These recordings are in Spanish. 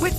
With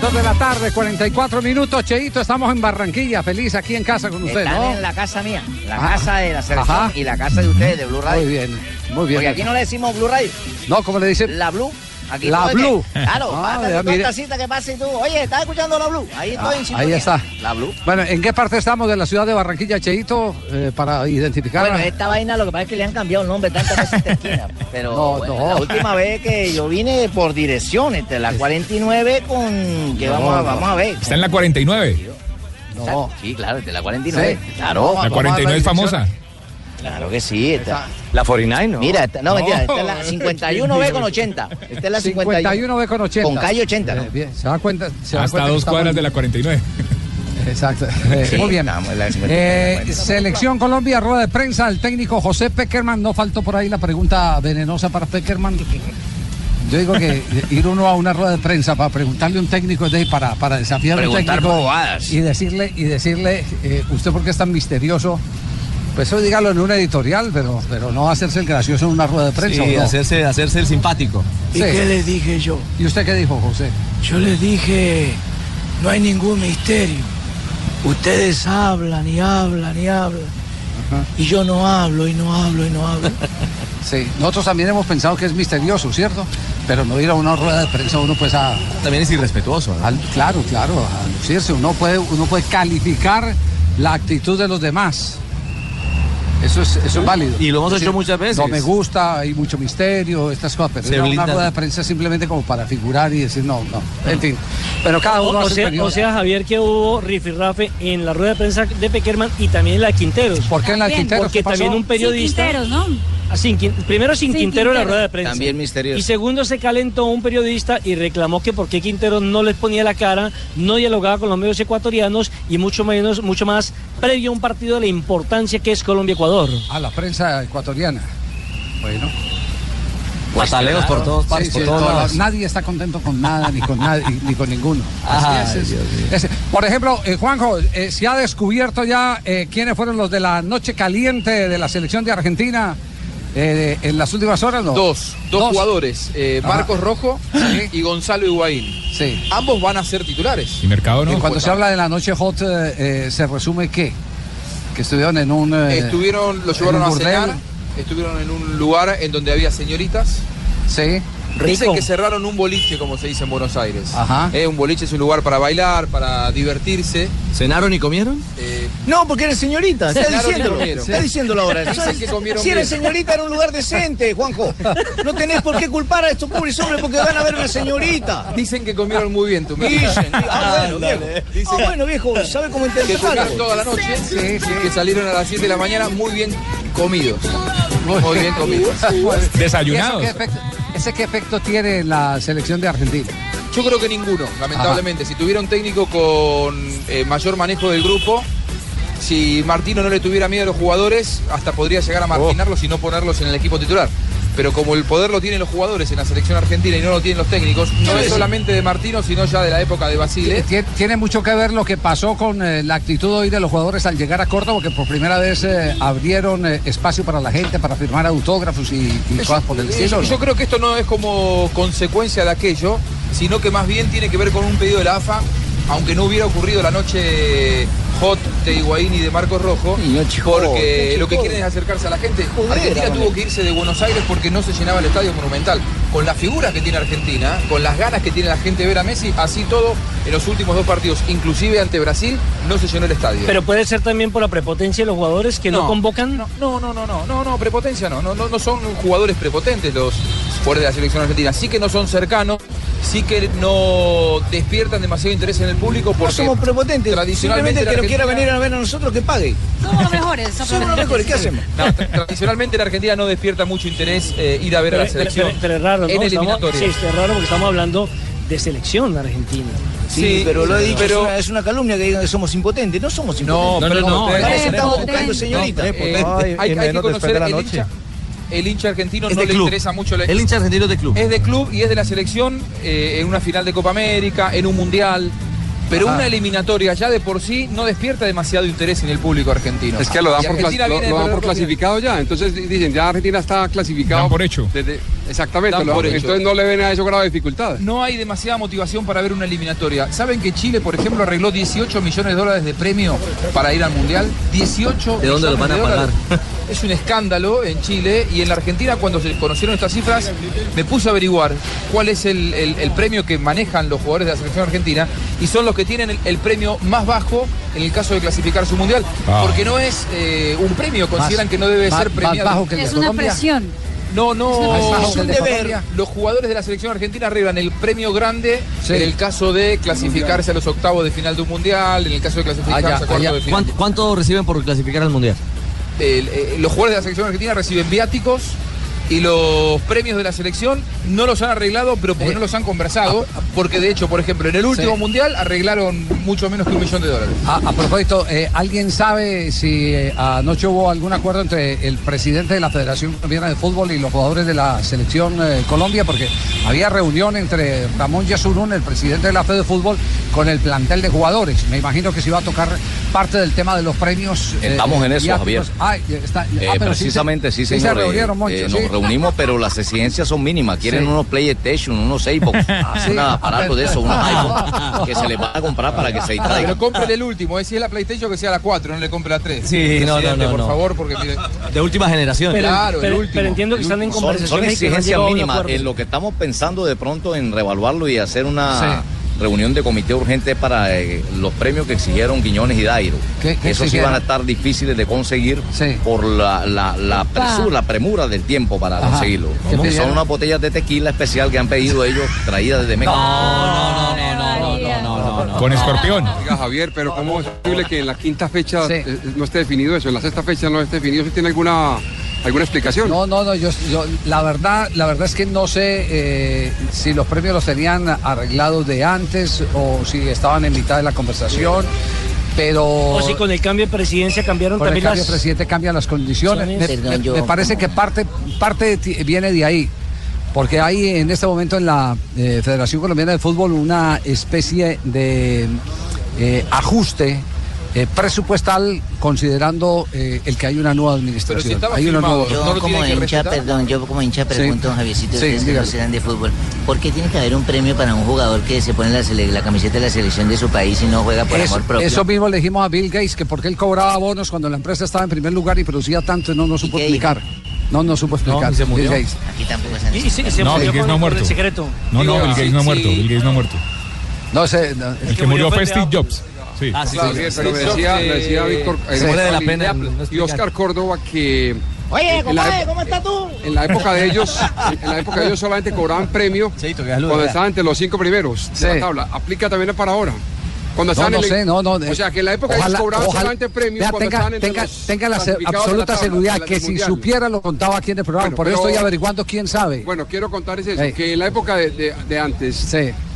2 de la tarde, 44 minutos, Cheito, estamos en Barranquilla, feliz aquí en casa con usted, Están ¿no? en la casa mía, la Ajá. casa de la selección Ajá. y la casa de ustedes, de Blue Radio. Muy bien, muy bien. Porque aquí no le decimos Blue Radio, No, como le dice, la Blue. Aquí La todo es Blue. que- claro, Ah, pásate ya, tú mire. Ah, esta cita que pasa y tú, oye, ¿estás escuchando la Blue? Ahí estoy en ahí sintonía. está. La Blue. Bueno, ¿en qué parte estamos de la ciudad de Barranquilla, Cheito, eh, para identificar? Bueno, esta vaina lo que pasa es que le han cambiado el nombre tantas veces esta esquina. Pero No, bueno, no. la última vez que yo vine por dirección, entre la 49 con... que No, vamos, a, no. vamos a ver. Está en la 49. no, Sí, claro, entre la 49. Sí. Claro, No, La 49 es famosa. claro que sí. Está. La 49, ¿no? Mira, esta- no, mentira, esta es No. la 51 B con 80. Esta es la 51. 51 B con 80. Con calle 80, ¿no? Eh, bien, se da cuenta. Se da Hasta cuenta que dos estamos- cuadras de la 49. Exacto. eh, Sí, muy bien. estamos en la 51 Eh, bueno. selección Colombia, rueda de prensa, el técnico José Peckerman. No faltó por ahí la pregunta venenosa para Peckerman. Yo digo que ir uno a una rueda de prensa para preguntarle a un técnico, es decir, para, para desafiar a un Preguntar técnico bobadas. y decirle, y decirle eh, ¿usted por qué es tan misterioso? Pues eso dígalo en una editorial, pero, pero no hacerse el gracioso en una rueda de prensa. ¿o no? hacerse, hacerse el simpático. ¿Y Sí. qué les dije yo? ¿Y usted qué dijo, José? Yo les dije, no hay ningún misterio. Ustedes hablan y hablan y hablan. Y yo no hablo y no hablo y no hablo. Sí, nosotros también hemos pensado que es misterioso, ¿cierto? Pero no ir a una rueda de prensa uno pues a, También es irrespetuoso. ¿no? a- claro, claro, a lucirse, uno puede, uno puede calificar la actitud de los demás. Eso es, eso es válido. Y lo hemos hecho muchas veces. No me gusta, hay mucho misterio, estas cosas, pero Se ir a una blindan. rueda de prensa simplemente como para figurar y decir no, no. En fin. Pero cada uno hace su opinión. Javier, que hubo rifirrafe en la rueda de prensa de Pequerman y también en la de Quinteros. ¿Por qué en la También, Quinteros? Porque ¿Qué pasó? también un periodista. Ah, sin Quin- primero sin, Sin Quintero, en la Quintero. rueda de prensa. También misterioso. Y segundo se calentó un periodista y reclamó que por qué Quintero no les ponía la cara, no dialogaba con los medios ecuatorianos y mucho menos, mucho más previo a un partido de la importancia que es Colombia-Ecuador. A la prensa ecuatoriana. Bueno. Pataleos por todos, Pues Sí, partes, sí, por todos todas- lados. Nadie está contento con nada, ni con nadie, ni con ninguno. Ay, Así es, es- Dios mío. es- por ejemplo, eh, Juanjo, eh, se ha descubierto ya eh, quiénes fueron los de la noche caliente de la selección de Argentina eh, en las últimas horas, ¿no? Dos, dos, jugadores, eh, Ajá. Marcos Rojo y Gonzalo Higuaín. Sí. Ambos van a ser titulares. Y Mercado y no. cuando se habla de la noche hot, eh, eh, se resume que que estuvieron en un eh, Estuvieron, lo en llevaron un a burdel. cenar, estuvieron en un lugar en donde había señoritas. sí, Dicen Rico. que cerraron un boliche, como se dice en Buenos Aires. Ajá. Eh, un boliche es un lugar para bailar, para divertirse. ¿Cenaron y comieron? eh, No, porque eres señorita, está Claro que diciéndolo. comieron. Está diciéndolo ahora. Dicen que comieron Si eres bien. señorita en un lugar decente, Juanjo. No tenés por qué culpar a estos pobres hombres porque van a ver una señorita. dicen que comieron muy bien, tu merced. Dicen, ah, bueno, viejo. Ah, bueno, viejo, ¿sabe cómo Que interpretarlo? comieron toda la noche Sí, sí. y que salieron a las 7 de la mañana muy bien comidos. Muy bien comidos. Desayunados. ¿Y eso qué efecto- ese qué efecto tiene en la selección de Argentina Yo creo que ninguno, lamentablemente. Si tuviera un técnico con eh, mayor manejo del grupo, si Martino no le tuviera miedo a los jugadores, hasta podría llegar a marginarlos y no ponerlos en el equipo titular. Pero como el poder lo tienen los jugadores en la selección argentina y no lo tienen los técnicos, no es solamente de Martino, sino ya de la época de Basile. Tie- Tiene mucho que ver lo que pasó con eh, la actitud hoy de los jugadores al llegar a Córdoba, que por primera vez eh, abrieron eh, espacio para la gente, para firmar autógrafos y, y cosas por el Eh, yo- estilo. ¿no? Yo creo que esto no es como consecuencia de aquello, sino que más bien tiene que ver con un pedido de la AFA, aunque no hubiera ocurrido la noche hot de Higuaín y de Marcos Rojo, Y noche hot, porque noche lo que hot. quieren es acercarse a la gente. Joder, Argentina hombre. tuvo que irse de Buenos Aires porque no se llenaba el estadio monumental. Con las figuras que tiene Argentina, con las ganas que tiene la gente de ver a Messi, así todo, en los últimos dos partidos, inclusive ante Brasil, no se llenó el estadio. Pero puede ser también por la prepotencia de los jugadores que no, convocan. No, no, no, no, no, no, no, prepotencia no, no, no, no son jugadores prepotentes los jugadores de la selección argentina, sí que no son cercanos, sí que no despiertan demasiado interés en el público No porque somos prepotentes. Simplemente tradicionalmente el que la nos quiera Argentina- venir a ver a nosotros que pague. Somos los mejores. Somos los mejores, ¿qué hacemos? No, tra- tradicionalmente la Argentina no despierta mucho interés eh, ir a ver a Pero, la selección pero- pero es raro, ¿no? en Estamos- eliminatoria. sí, es raro porque estamos hablando de selección argentina. Sí, pero lo he dicho, es, una, es una calumnia que digan que somos impotentes. No somos No, impotentes. pero eh, no, Para no, eso no, estamos no, buscando, no, señorita. Eh, hay, hay que conocer el hincha, el hincha argentino Es no de le club. interesa mucho. El hincha argentino es de club. Es de club y es de la selección eh, en una final de Copa América, en un mundial. Pero Ajá. una eliminatoria ya de por sí no despierta demasiado interés en el público argentino. Es que lo dan Y por, clas- Argentina lo- viene de lo perder dan por dos finales. clasificado ya. Entonces di- dicen, ya Argentina está clasificado. Dan por hecho. desde- exactamente. Dan lo- por hecho. entonces no le ven a eso grave dificultad. No hay demasiada motivación para ver una eliminatoria. ¿Saben que Chile, por ejemplo, arregló 18 millones de dólares de premio para ir al Mundial? 18 ¿De dónde lo van a millones de pagar? dólares. Es un escándalo en Chile y en la Argentina cuando se conocieron estas cifras me puse a averiguar cuál es el, el- el premio que manejan los jugadores de la selección argentina y son los que tienen el, el premio más bajo en el caso de clasificar su mundial Ah. porque no es eh, un premio, consideran Más- que no debe más- ser más premiado. bajo que el de Es una Colombia. presión. No, Ah, Es una presión. no, Es un deber. Los jugadores de la selección argentina arreglan el premio grande Sí. en el caso de clasificarse a los octavos de final de un mundial, en el caso de Ah, clasificarse Allá, a cuartos allá. de final. ¿Cuánto, cuánto reciben por clasificar al mundial? El- eh, los jugadores de la selección argentina reciben viáticos y los premios de la selección no los han arreglado, pero porque no los han conversado, porque de hecho, por ejemplo, en el último Sí. mundial arreglaron mucho menos que un millón de dólares. A, a propósito, eh, ¿alguien sabe si eh, anoche hubo algún acuerdo entre el presidente de la Federación Colombiana de Fútbol y los jugadores de la selección eh, Colombia? Porque había reunión entre Ramón Yasurún, el presidente de la Fede de Fútbol, con el plantel de jugadores. Me imagino que se iba a tocar parte del tema de los premios. eh, Estamos en eso, viáticos. Javier. Ah, ya está. Ah, Eh, pero sí se- precisamente, sí, se señor. eh, reunieron, Moncho, eh, sí. Nos reunimos, pero las exigencias son mínimas. Quieren Sí. unos PlayStation, unos Xbox, Ah, un aparato de esos, unos iPhone, que se les va a comprar para que se distraigan. Pero compren el último, eh, si es la PlayStation que sea la 4, no le compre la 3. Sí, no, no, no, Por no. favor, porque mire, De última generación. Pero- Claro, el pero- último. pero entiendo que están en Son, conversaciones y que no han exigencias llegado a un mínimas. acuerdo. En lo que estamos pensando de pronto en revaluarlo y hacer una reunión de comité urgente para eh, los premios que exigieron Quiñones y Dairo. ¿Qué- qué Esos sí exigieron? van a estar difíciles de conseguir por la, la, la presura, la premura del tiempo para Ajá. conseguirlo. ¿Qué Porque pidieron? son unas botellas de tequila especial que han pedido ellos, traídas desde México. Con escorpión. Oiga, Javier, pero ¿cómo es posible que en la quinta fecha eh, eh, no esté definido eso? En la sexta fecha no esté definido. ¿Eso tiene alguna, alguna explicación? No, no, no, yo, yo- la verdad, la verdad es que no sé eh, si los premios los tenían arreglados de antes o si estaban en mitad de la conversación, pero O si con el cambio de presidencia cambiaron con el también cambio las... de presidente cambian las condiciones. Me, Perdón, me- yo- me parece que parte, parte ti- viene de ahí. Porque hay en este momento en la eh, Federación Colombiana de Fútbol una especie de eh, ajuste eh, presupuestal considerando eh, el que hay una nueva administración. hay una nueva- Yo como hincha, perdón, yo como hincha pregunto, Javiercito, Sí, ustedes que dígame. no serán de fútbol, ¿por qué tiene que haber un premio para un jugador que se pone la, sele- la camiseta de la selección de su país y no juega por Eso, amor propio? eso mismo le dijimos a Bill Gates, que porque él cobraba bonos cuando la empresa estaba en primer lugar y producía tanto y no nos supo explicar. No nos supo explicar. y se murió. Bill Gates. Aquí tampoco se han Sí, sí, se No, murió Bill Gates con- no ha con muerto. el secreto. No, no, Digo, Bill Gates sí, no ha sí. muerto. Bill Gates no ha muerto. No sé. no, El que murió fue Steve Jobs. Sí. Ah, sí, Javier, pero me decía, me decía Víctor eh, Se muere de la Víctor pena y- no y Oscar Córdoba que Oye, en, la, compadre, ¿cómo estás tú? ep- en la época de ellos, en la época de ellos solamente cobraban premio cuando ya. estaban entre los cinco primeros de Sí. la tabla. Aplica también para ahora. Cuando No, estaban no en el- sé, no, no. de- O sea, que en la época de ellos ojalá- cobraban ojalá- solamente premio Vea, cuando tenga, estaban entre tenga, los tenga la se- clasificados de la absoluta tabla, seguridad del que si mundial. supiera lo contaba aquí en el programa. Bueno, Por eso pero- estoy averiguando quién sabe. Bueno, quiero contar es eso, Ey. que en la época de, de- de antes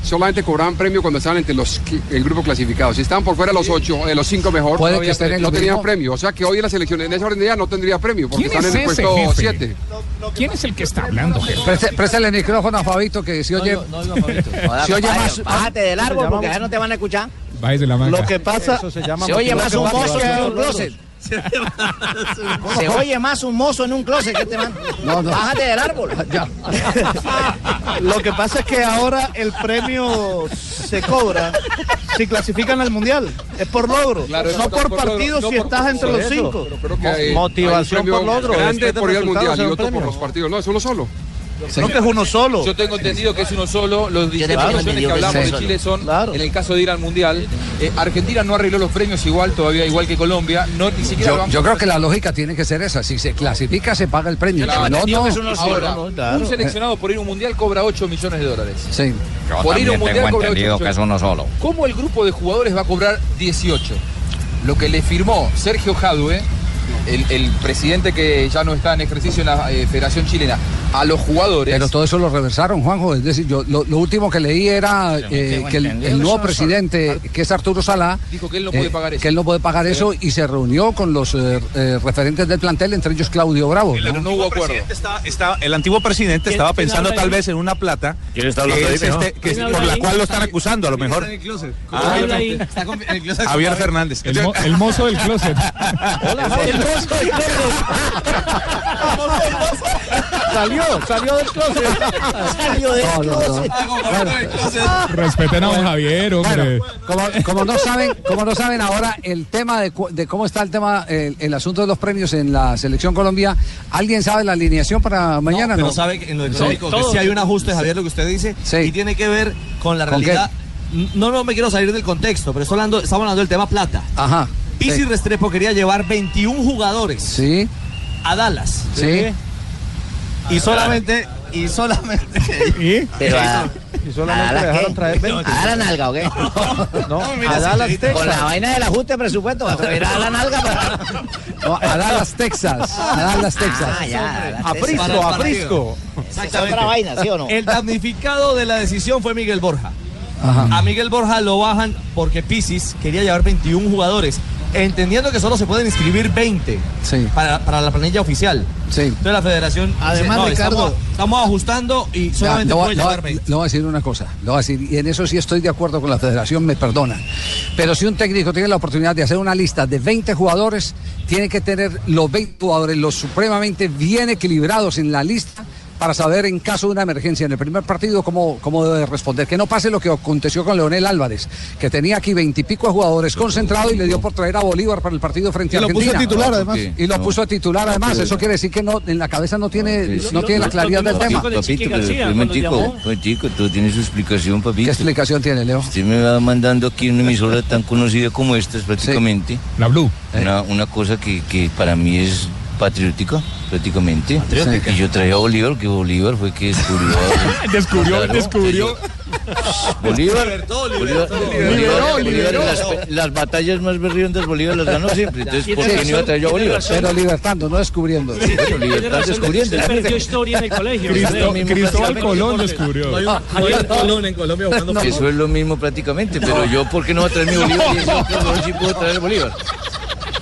solamente cobraban premio cuando estaban entre los qui- el grupo clasificado. Si estaban por fuera los ocho, de los cinco mejor, Puede no, que había estén premio. en No lo tenían mismo. premio. O sea que hoy en la selección en esa orden de día no tendría premio porque ¿Quién están es en el ese puesto jefe? siete. ¿Quién es el que está hablando, jefe? Preste- Préstale el micrófono a Fabito que si oye. si oye Compadre, más. Bájate del árbol porque ya no te van a escuchar. Bájese la Lo manga. que pasa- Eso se llama Se oye más un mozo que un closet. Se oye más un mozo en un closet que te man. No, no. Bájate del árbol. Lo que pasa es que ahora el premio se cobra si clasifican al mundial. Es por logro. Claro, no no por por partido logro, no si por- estás entre por los eso. cinco. Creo que hay- hay un premio Grande por ir al mundial y otro por los partidos. No, es uno solo. Creo que es uno solo. Yo tengo entendido que es uno solo. Los 17 también millones entendí que que hablamos es de solo. Chile son, en el caso de ir al Mundial, eh, Argentina no arregló los premios igual, todavía igual que Colombia. No, ni siquiera Yo, vamos yo a- creo que la lógica tiene que ser esa. Si se clasifica, se paga el premio. Claro, Si no, entendido no. que es uno solo, ¿no? Un seleccionado por ir a un mundial cobra 8 millones de dólares. Sí. Yo Por ir a un también mundial tengo cobra 8 entendido millones. que es uno solo. ¿Cómo el grupo de jugadores va a cobrar 18? Lo que le firmó Sergio Jadue, el, el presidente que ya no está en ejercicio en la eh, Federación Chilena, a los jugadores. Pero todo eso lo reversaron, Juanjo. Es decir, yo lo, lo último que leí era eh, que el, el nuevo presidente, que es Arturo Salá, Dijo que él no puede eh, pagar eso. que él no puede pagar eso y se reunió con los eh, eh, referentes del plantel, entre ellos Claudio Bravo. ¿no? No hubo acuerdo. el antiguo presidente estaba pensando tal vez en una plata que está hablando es ahí, no? este- que es- ¿Quién por habla la ahí? cual lo están acusando, a lo mejor. Ah, Javier Fernández. El, mo- el mozo del closet. Salió, salió del closet. Salió del closet. Respeten a don Javier, hombre. Como, como no saben, como no saben ahora el tema de, cu- de cómo está el tema, el, el asunto de los premios en la selección Colombia, ¿alguien sabe la alineación para mañana? Pero sabe que en lo económico que sí hay un ajuste, Javier, lo que usted dice, y tiene que ver con la ¿Con qué? realidad. No, no me quiero salir del contexto, pero estoy hablando, estamos hablando del tema plata. Ajá. Pizzi Restrepo quería llevar 21 jugadores a Dallas. Sí. Y solamente, y solamente. Pero a- y ¿A Dallas qué? ¿A la nalga o qué? No, mira, a Dallas, señorita. Texas. Con la vaina del ajuste de presupuesto. va a traer a la nalga No, a Dallas, Texas. A Dallas, Texas. Ah, ya, A Prisco, a Prisco. Esa otra vaina, ¿sí o no? El damnificado de la decisión fue Miguel Borja. Ajá. A Miguel Borja lo bajan porque Pisis quería llevar 21 jugadores, entendiendo que solo se pueden inscribir 20 para, para la planilla oficial. Entonces la federación. dice, Además, "No, Ricardo- estamos, estamos ajustando y Ya, solamente le voy- puede le voy- llevar 20. le voy a decir una cosa, le voy a decir, y en eso sí estoy de acuerdo con la federación, me perdona. Pero si un técnico tiene la oportunidad de hacer una lista de 20 jugadores, tiene que tener los 20 jugadores, los supremamente bien equilibrados en la lista para saber en caso de una emergencia en el primer partido cómo, cómo debe responder. Que no pase lo que aconteció con Leonel Álvarez, que tenía aquí veintipico de jugadores concentrados y le dio por traer a Bolívar para el partido Y frente a lo puso Argentina. a titular, además. Sí. Y lo No. puso a titular además. Sí. Eso quiere decir que no, en la cabeza no tiene, Sí. no tiene la claridad del tema. Papito, pero un momentico, momentico, todo tiene su explicación, papito. ¿Qué explicación tiene, Leo? Usted me va mandando aquí una emisora tan conocida como esta, es prácticamente. La Blue. Una, una cosa que, que para mí es patriótica, prácticamente. Patriótica. Y yo traía a Bolívar, que Bolívar fue que descubrió. a- Ah, Descubrió, Claro, descubrió. Bolívar. Libertó, Bolívar, liberó, Bolívar- liberó. las, las batallas más berrientas Bolívar las ganó siempre. Entonces, ¿por Sí, qué no iba a traer yo a Bolívar? Pero libertando, no descubriendo. Bueno, libertad descubriendo. historia en el colegio. Cristo- Cristóbal Colón descubrió. Javier Colón en Colombia buscando Eso es lo mismo prácticamente, pero yo, ¿por qué no voy a traer mi Bolívar? Y ese otro no sí puedo traer Bolívar.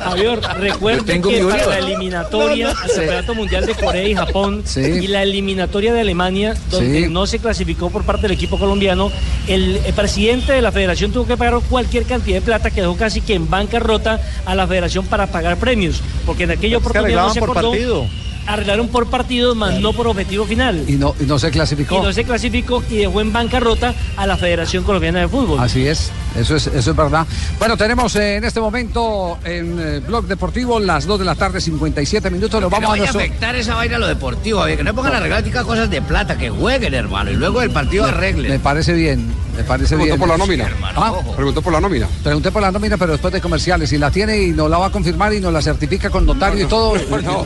Javier, Yo recuerde tengo que mi para Bolívar. la eliminatoria No, no, al Campeonato Mundial de Corea y Japón Sí. y la eliminatoria de Alemania, donde Sí. no se clasificó por parte del equipo colombiano, el, eh, presidente de la federación tuvo que pagar cualquier cantidad de plata, quedó casi que en bancarrota a la federación para pagar premios, porque en aquella Pero es que oportunidad no arreglaban se por acordó. partido. Arreglaron por partido, más no por objetivo final. Y no, y no se clasificó. Y no se clasificó y dejó en bancarrota a la Federación Colombiana de Fútbol. Así es, eso es, eso es verdad. Bueno, tenemos eh, en este momento en eh, Blog Deportivo las 2 de la tarde, 57 minutos. Nos Pero que no vamos a vaya a nuestro. afectar esa vaina a lo deportivo, oye, que no pongan a arreglar tica cosas de plata, que jueguen, hermano, y luego el partido Me- arregle. Me parece bien, me parece Preguntó bien. por la nómina. Ah, preguntó por la nómina. Pregunté por la nómina, pero después de comerciales. Y la tiene y nos la va a confirmar y nos la certifica con notario y todo.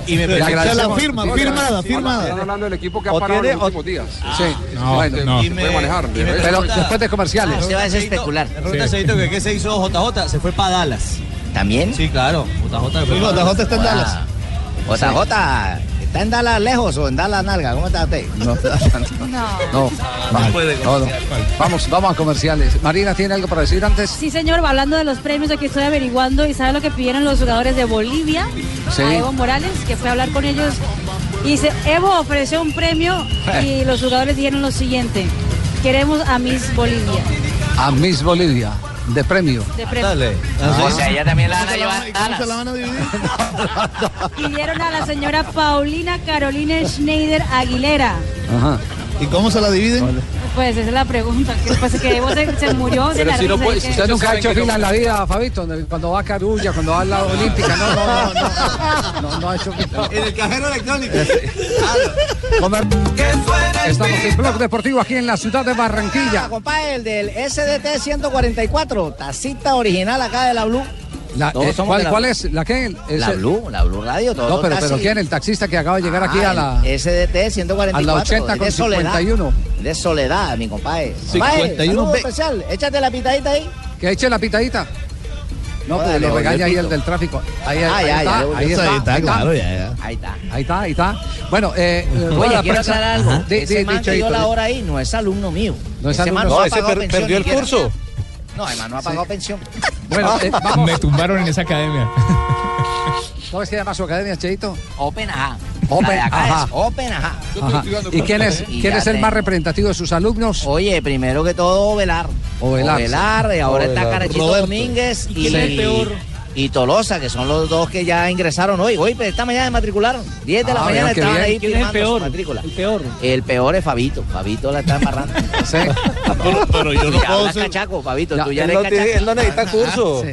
Y me Le parece- agradecemos. la firma, Sí, firmada, gracias. firmada. Están hablando del equipo que ha parado en los últimos días. Ah. Sí, No, bueno. no. Y me- Puede manejar, y me pero pregunta- después de comerciales. Ah, se va a especular. Me pregunta Seito que qué se hizo JJ, se fue para Dallas. ¿También? Sí, claro. JJ, se fue Sí, pa' JJ está en Ah. Dallas. Jota, ¿está en Dallas lejos o en Dallas nalga? ¿Cómo está usted? No, no, no, no, no. Vamos, vamos a comerciales. Marina, ¿tiene algo para decir antes? Sí, señor, hablando de los premios, aquí estoy averiguando y sabe lo que pidieron los jugadores de Bolivia Sí. a Evo Morales, que fue a hablar con ellos. Y dice, Evo ofreció un premio y los jugadores dijeron lo siguiente, queremos a Miss Bolivia. A Miss Bolivia, de premio. De premio. Ah. O sea, ella también la van a ¿Cómo llevar. se la van a dividir? Pidieron a la señora Paulina Carolina Schneider Aguilera. Ajá. ¿Y cómo se la dividen? Pues esa es la pregunta, que, pues, que Evo se, se murió de la risa, ¿y qué? usted nunca ha hecho fila en la vida, Fabito, cuando va a Carulla, cuando va a la Olímpica, no, no, no, no, no, no ha hecho fila. En el cajero electrónico. Comer- Estamos en Blog Deportivo aquí en la ciudad de Barranquilla. Compadre, el del SDT 144, tacita original acá de la Blue. La, Todos eh, somos ¿cuál, de la- cuál es? ¿La qué? La Blue, la Blue Radio, todos eh, No, pero, taxis. pero ¿quién? El taxista que acaba de llegar aquí a la... SDT 144. A la 80 es con de Soledad. 51. De Soledad, mi compadre. 51 51 ve- especial, échate la pitadita ahí. Que eche la pitadita. No, pues lo regaña ahí el del tráfico. Ahí, ahí, Ah, ya, ahí ya, está, ya, ahí eso está, ahí está, ahí está. claro, ya, Ahí está. Ahí está, ahí está. Bueno, eh, Oye, rueda de quiero prensa. aclarar algo. Ajá. Di- ese di- man di, que dio Cheito, la di. hora ahí no es alumno mío. No es alumno. man No, ha ese pagado per- pensión ni perdió el siquiera. curso. No, hermano, no ha pagado pensión. Bueno, eh, vamos. Me tumbaron en esa academia. ¿Cómo es que llama su academia, Cheito? Open Ajá. Open, La de acá ajá. es Open Ajá. Ajá. ¿Y quién es, Y quién ya es el tengo. más representativo de sus alumnos? Oye, primero que todo, Velar. Ovelar. Ovelar, y ahora está Ovelar. Carachito Roberto. Domínguez ¿Y quién es el peor? y Tolosa, que son los dos que ya ingresaron hoy. Hoy, pues, esta mañana se matricularon. 10 de la Ah, mañana mira, qué estaban bien. ahí ¿Quién es el firmando peor? su matrícula. El peor. es Fabito. Fabito la está amarrando. Pero- pero yo no Ya, puedo habla ser- cachaco, Fabito. Ya, tú ya él eres no tiene- cachaco. él no necesita curso.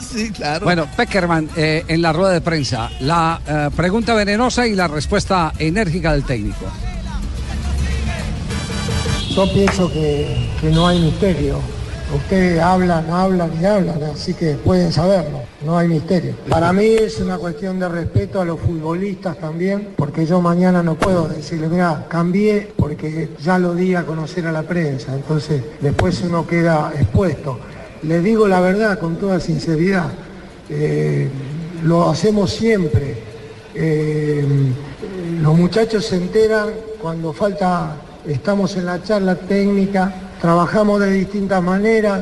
Sí, claro. Bueno, Peckerman, eh, en la rueda de prensa, la eh, pregunta venenosa y la respuesta enérgica del técnico. Yo pienso que, que no hay misterio. Ustedes hablan, hablan y hablan, así que pueden saberlo, no hay misterio. Para mí es una cuestión de respeto a los futbolistas también, porque yo mañana no puedo decirle, mira, cambié porque ya lo di a conocer a la prensa, entonces después uno queda expuesto. Le digo la verdad con toda sinceridad, eh, lo hacemos siempre. Eh, los muchachos se enteran cuando falta, estamos en la charla técnica, trabajamos de distintas maneras,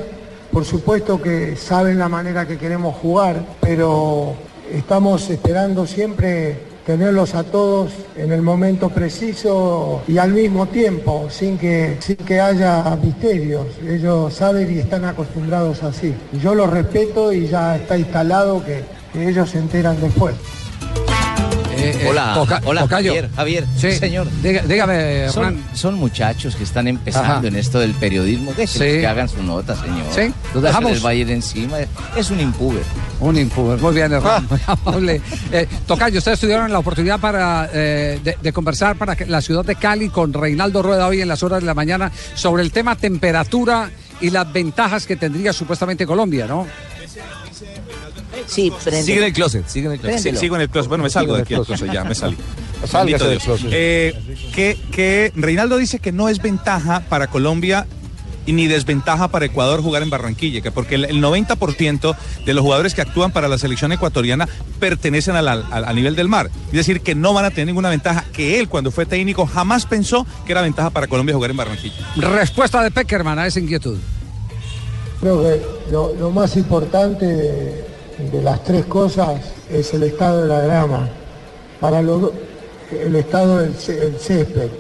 por supuesto que saben la manera que queremos jugar, pero estamos esperando siempre tenerlos a todos en el momento preciso y al mismo tiempo, sin que, sin que haya misterios. Ellos saben y están acostumbrados así. Y Yo los respeto y ya está instalado que- que ellos se enteran después. eh, hola, Toca- hola Tocayo. Javier, Javier, Sí. señor. dígame, son, Hernán. son muchachos que están empezando Ajá. en esto del periodismo. Déjenlos Sí. que hagan su nota, señor. Sí, los No se dejamos. les va a ir encima. Es un impuber. Un impuber, muy bien, Ah. Hernán, muy amable. Eh, Tocayo, ustedes tuvieron la oportunidad para, eh, de, de conversar para que- la ciudad de Cali con Reinaldo Rueda hoy en las horas de la mañana sobre el tema temperatura y las ventajas que tendría supuestamente Colombia, ¿no? Sí, Sigue en el closet, sigue en el closet. Sí, Préndelo. sigo en el closet. Bueno, me salgo de aquí Sigo en el entonces ya, me salí. Sálgase Bendito del Dios. closet. Eh, que, que Reinaldo dice que no es ventaja para Colombia y ni desventaja para Ecuador jugar en Barranquilla, que porque el, el 90% de los jugadores que actúan para la selección ecuatoriana pertenecen a, la- a- a nivel del mar. Es decir, que no van a tener ninguna ventaja, que él cuando fue técnico jamás pensó que era ventaja para Colombia jugar en Barranquilla. Respuesta de Peckerman a esa inquietud. Creo que lo, lo más importante de, de las tres cosas es el estado de la grama, para los do- el estado del ce- el césped,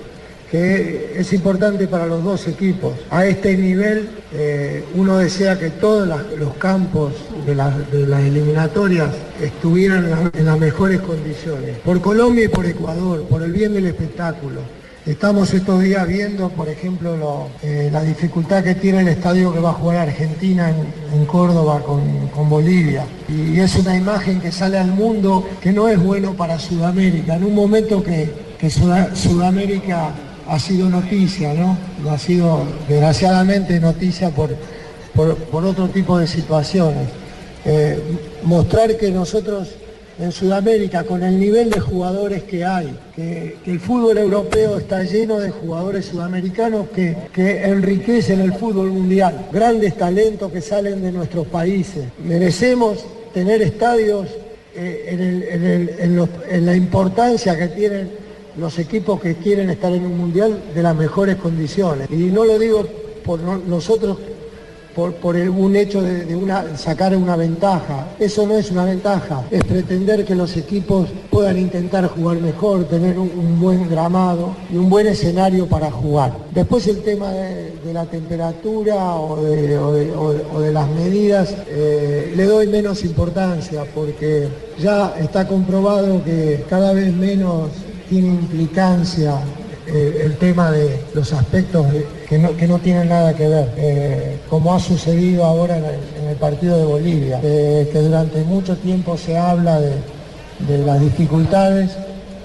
que es importante para los dos equipos. A este nivel eh, uno desea que todos las- los campos de, las- de las eliminatorias estuvieran en las- en las mejores condiciones, por Colombia y por Ecuador, por el bien del espectáculo. Estamos estos días viendo, por ejemplo, lo- eh, la dificultad que tiene el estadio que va a jugar Argentina en, en Córdoba con, con Bolivia. Y es una imagen que sale al mundo que no es bueno para Sudamérica. En un momento que, que Suda- Sudamérica ha sido noticia, ¿no? Ha sido desgraciadamente noticia por, por- por otro tipo de situaciones. Eh, mostrar que nosotros en Sudamérica con el nivel de jugadores que hay, que, que el fútbol europeo está lleno de jugadores sudamericanos que, que enriquecen el fútbol mundial, grandes talentos que salen de nuestros países. Merecemos tener estadios eh, en, el- en el- en los- en la importancia que tienen los equipos que quieren estar en un mundial de las mejores condiciones. Y no lo digo por no- nosotros por, por el- un hecho de, de una, sacar una ventaja. Eso no es una ventaja, es pretender que los equipos puedan intentar jugar mejor, tener un, un buen gramado y un buen escenario para jugar. Después el tema de, de la temperatura o de, o de- o de- o de las medidas eh, le doy menos importancia porque ya está comprobado que cada vez menos tiene implicancia eh, el tema de los aspectos de- que, no, que no tienen nada que ver, eh, como ha sucedido ahora en el, en el partido de Bolivia, eh, que durante mucho tiempo se habla de, de las dificultades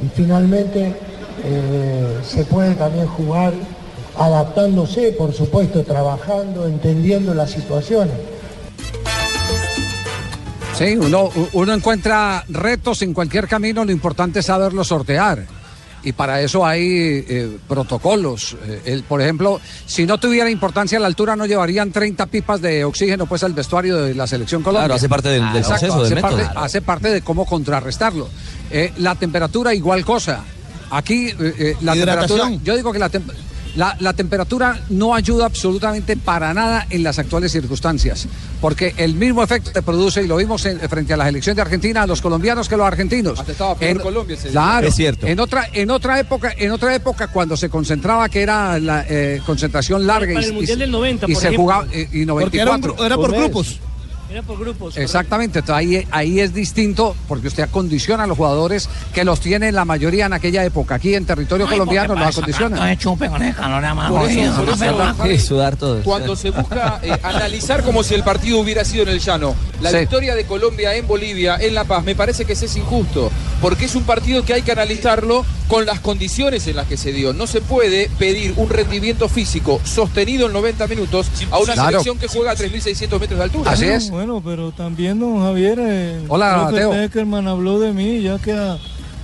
y finalmente eh, se puede también jugar adaptándose, por supuesto, trabajando, entendiendo las situaciones. Sí, uno, u- uno encuentra retos en cualquier camino, lo importante es saberlo sortear. y para eso hay eh, protocolos. Eh, el, por ejemplo, si no tuviera importancia la altura, no llevarían 30 pipas de oxígeno pues al vestuario de la selección colombiana. Claro, hace parte del- del Exacto, proceso, del hace, método. parte, hace parte de cómo contrarrestarlo. Eh, la temperatura, igual cosa. Aquí eh, eh, la Hidratación. temperatura, yo digo que la, tem- la- la temperatura no ayuda absolutamente para nada en las actuales circunstancias, porque el mismo efecto te produce, y lo vimos en- frente a la selección de Argentina, a los colombianos que los argentinos. peor En- Colombia ese día. Claro, Es cierto. En otra, en otra época, en otra época cuando se concentraba, que era la eh, concentración larga Para y, el Mundial y- del 90, y por se ejemplo. jugaba eh, y 94. Porque era un gru- era por Pues, grupos. Era por grupos. Exactamente, entonces ahí, ahí es distinto porque usted acondiciona a los jugadores que los tiene la mayoría en aquella época. Aquí en territorio colombiano los acondiciona. Por eso, por eso, Sí, sudar todo. Cuando se busca eh, analizar como si el partido hubiera sido en el llano, la Sí. victoria de Colombia en Bolivia, en La Paz, me parece que ese es injusto, porque es un partido que hay que analizarlo con las condiciones en las que se dio. No se puede pedir un rendimiento físico sostenido en 90 minutos a una Claro. selección que juega a 3.600 metros de Pues altura. Bueno, Bueno, pero también, don Javier. eh, Hola, creo que Teo. Peckerman habló de mí, ya que. a-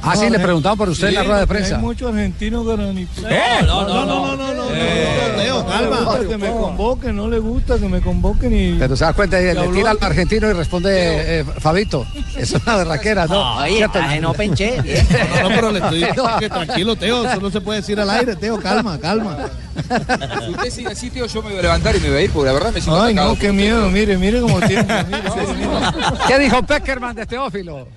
Ah, sí, le eh, preguntaba por usted en la rueda de porque prensa. Hay muchos argentinos que eran- ¿Eh? No, no, no, no, no, Teo, calma. Eh, Que me convoquen, no le gusta que me convoquen y. Pero se da cuenta, ¿Te le habló? tira al argentino y responde eh, Fabito. Es una berraquera, ¿no? Oye, Fíjate. no penché. No, pero le estoy diciendo que tranquilo, Teo. Eso no se puede decir al aire, Teo. Calma, calma. Si usted sigue así, tío, yo me voy a levantar y me voy a ir, porque la verdad me siento Ay, atacado. no, qué miedo. Mire, mire cómo tiene. ¿Qué dijo Peckerman de Teófilo?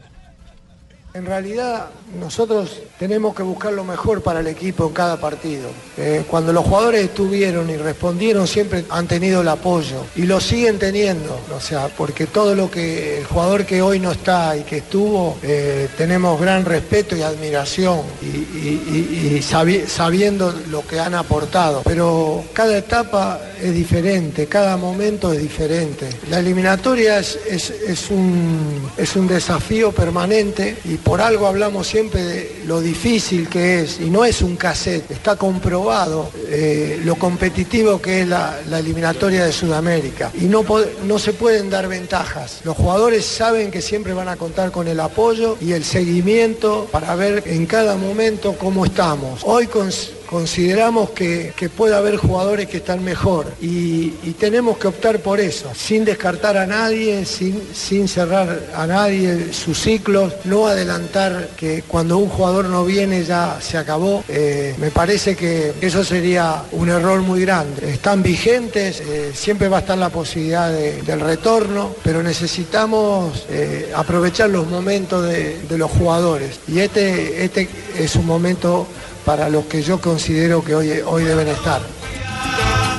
En realidad nosotros tenemos que buscar lo mejor para el equipo en cada partido. Eh, cuando los jugadores estuvieron y respondieron siempre han tenido el apoyo y lo siguen teniendo. O sea, porque todo lo que el jugador que hoy no está y que estuvo, eh, tenemos gran respeto y admiración y, y- y- y sabi- sabiendo lo que han aportado. Pero cada etapa es diferente, cada momento es diferente. La eliminatoria es, es- es un, es un desafío permanente y por algo hablamos siempre de lo difícil que es, y no es un cassette, está comprobado eh, lo competitivo que es la, la eliminatoria de Sudamérica. Y no, po- no se pueden dar ventajas. Los jugadores saben que siempre van a contar con el apoyo y el seguimiento para ver en cada momento cómo estamos. Hoy con consideramos que, que puede haber jugadores que están mejor y, y tenemos que optar por eso, sin descartar a nadie, sin, sin cerrar a nadie sus ciclos, no adelantar que cuando un jugador no viene ya se acabó. Eh, me parece que eso sería un error muy grande. Están vigentes, eh, siempre va a estar la posibilidad de- del retorno, pero necesitamos eh, aprovechar los momentos de, de los jugadores y este, este es un momento para los que yo considero que hoy, hoy deben estar.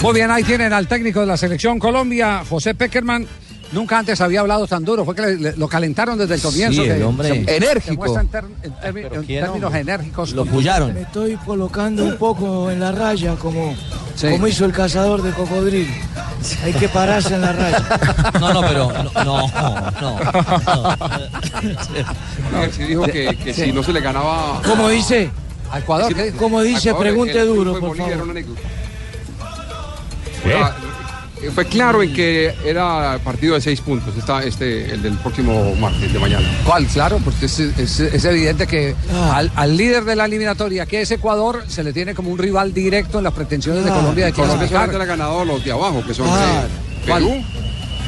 Muy bien, ahí tienen al técnico de la selección Colombia, José Peckerman. Nunca antes había hablado tan duro, fue que le- le- lo calentaron desde el comienzo. el que hombre- se- Enérgico. se muestra en, ter- en termi- en términos enérgicos. Lo pullaron. Me estoy colocando un poco en la raya como, Sí. como hizo el cazador de cocodrilo. Hay que pararse en la raya. No, no, pero. No, no. no, Si dijo que, que si no se le ganaba. Como dice, ¿A Ecuador? ¿Qué dice? como dice, Ecuador, pregunte el- el duro, fue por Bolivia, favor. era una anécdota. Bueno, eh, Fue claro en que era partido de seis puntos, está este, el del próximo martes de mañana. ¿Cuál? Claro, porque es, es- es evidente que Ah. al, al líder de la eliminatoria, que es Ecuador, se le tiene como un rival directo en las pretensiones Ah. de Colombia de Ah, Colombia clasificar. Ah, solamente la ha ganado los de abajo, que son Claro. eh, Perú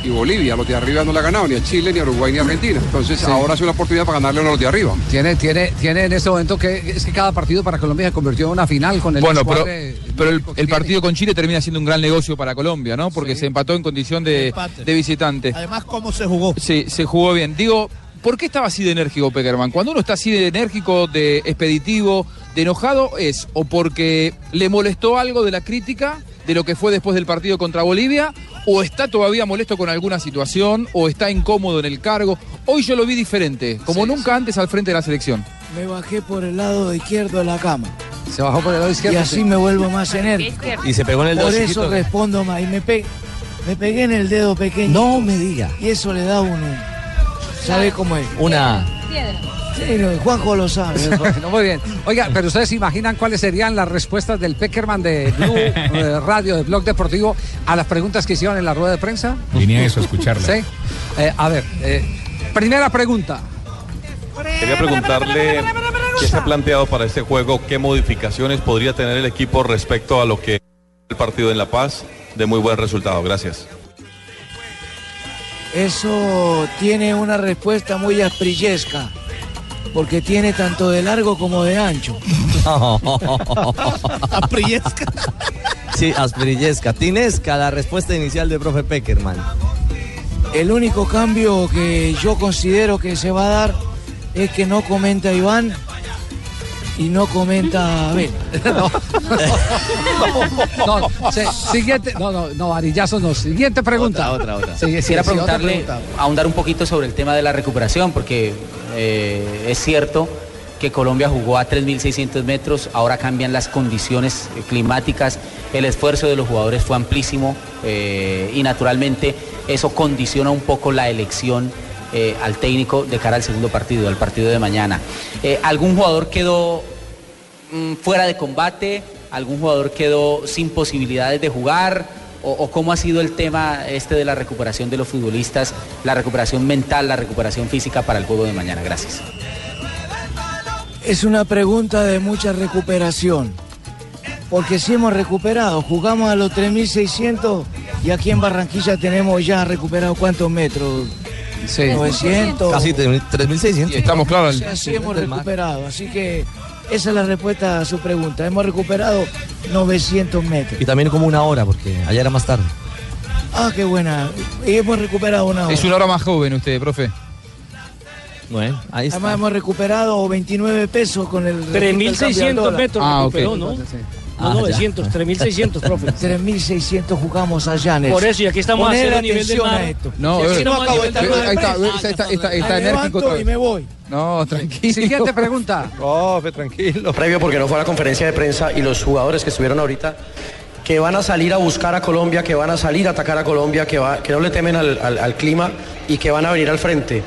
y Bolivia. Los de arriba no la ha ganado, ni a Chile, ni a Uruguay, ni a Argentina. Entonces Sí. ahora es una oportunidad para ganarle a los de arriba. Tiene, tiene, tiene en este momento que es que cada partido para Colombia se convirtió en una final con el Bueno, pero, descuadre. pero el, el partido con Chile termina siendo un gran negocio para Colombia, ¿no? Porque se empató en condición de, Empate. de visitante. Además, ¿cómo se jugó? Sí, se jugó bien. Digo, ¿por qué estaba así de enérgico Peckerman? Cuando uno está así de enérgico, de expeditivo, de enojado, es o porque le molestó algo de la crítica de lo que fue después del partido contra Bolivia, o está todavía molesto con alguna situación, o está incómodo en el cargo. Hoy yo lo vi diferente, como nunca antes al frente de la selección. Me bajé por el lado izquierdo de la cama. Se bajó por el lado Y así me vuelvo más enérgico. Y se pegó en el dedo Por eso chiquito. respondo más. Y me, pe- me pegué en el dedo pequeño. No me diga. Y eso le da uno. ¿Sabe cómo es? Una. Piedra. Sí, no, Juanjo lo sabe. Bueno, muy bien. Oiga, pero ustedes se imaginan cuáles serían las respuestas del Peckerman de Blue eh, Radio, de Blog Deportivo, a las preguntas que hicieron en la rueda de prensa. Vine a eso, a escucharla. Sí. Eh, a ver, eh, primera pregunta. Quería preguntarle ¿Qué se ha planteado para este juego? ¿Qué modificaciones podría tener el equipo respecto a lo que el partido en La Paz de muy buen resultado? Gracias. Eso tiene una respuesta muy asprillesca, porque tiene tanto de largo como de ancho. Asprillesca. Sí, asprillesca. Tinesca, la respuesta inicial de profe Peckerman. El único cambio que yo considero que se va a dar es que no comenta Iván y no comenta Abel. No, se- siguiente, no, no, no, varillazo no. Siguiente pregunta. Otra, otra. Sí, sí, Quisiera sí, otra preguntarle, pregunta. ahondar un poquito sobre el tema de la recuperación, porque eh, es cierto que Colombia jugó a 3.600 metros, ahora cambian las condiciones eh, climáticas, el esfuerzo de los jugadores fue amplísimo eh, y naturalmente eso condiciona un poco la elección eh, al técnico de cara al segundo partido, al partido de mañana. Eh, ¿Algún jugador quedó mm, fuera de combate? ¿Algún jugador quedó sin posibilidades de jugar? ¿O, o cómo ha sido el tema este de la recuperación de los futbolistas, la recuperación mental, la recuperación física para el juego de mañana? Gracias. Es una pregunta de mucha recuperación. Porque si hemos recuperado, jugamos a los 3.600 y aquí en Barranquilla tenemos ya recuperado cuántos metros. 900. Casi 3.600. Estamos claros. O sea, sí hemos recuperado. Así que esa es la respuesta a su pregunta. Hemos recuperado 900 metros. Y también como una hora, porque allá era más tarde. Ah, qué buena. Y hemos recuperado una hora. Es una hora más joven usted, profe. Bueno, ahí Además hemos recuperado 29 pesos con el... 3.600 metros Ah, recuperó, ok. ¿no? Ah, No, ya. 900, 3.600, profe. 3.600 jugamos allá, Nelson. Por eso, y aquí estamos Ponele a cero nivel del atención mar. a esto. No, Si aquí eh, estamos a acabo nivel de del mar. estar- Ahí está, está- está- está- está Me enérgico levanto todo. y me voy. No, tranquilo. Siguiente pregunta. Profe, tranquilo. Previo porque no fue a la conferencia de prensa y los jugadores que estuvieron ahorita, que van a salir a buscar a Colombia, que van a salir a atacar a Colombia, que, va, que no le temen al, al- al clima y que van a venir al frente.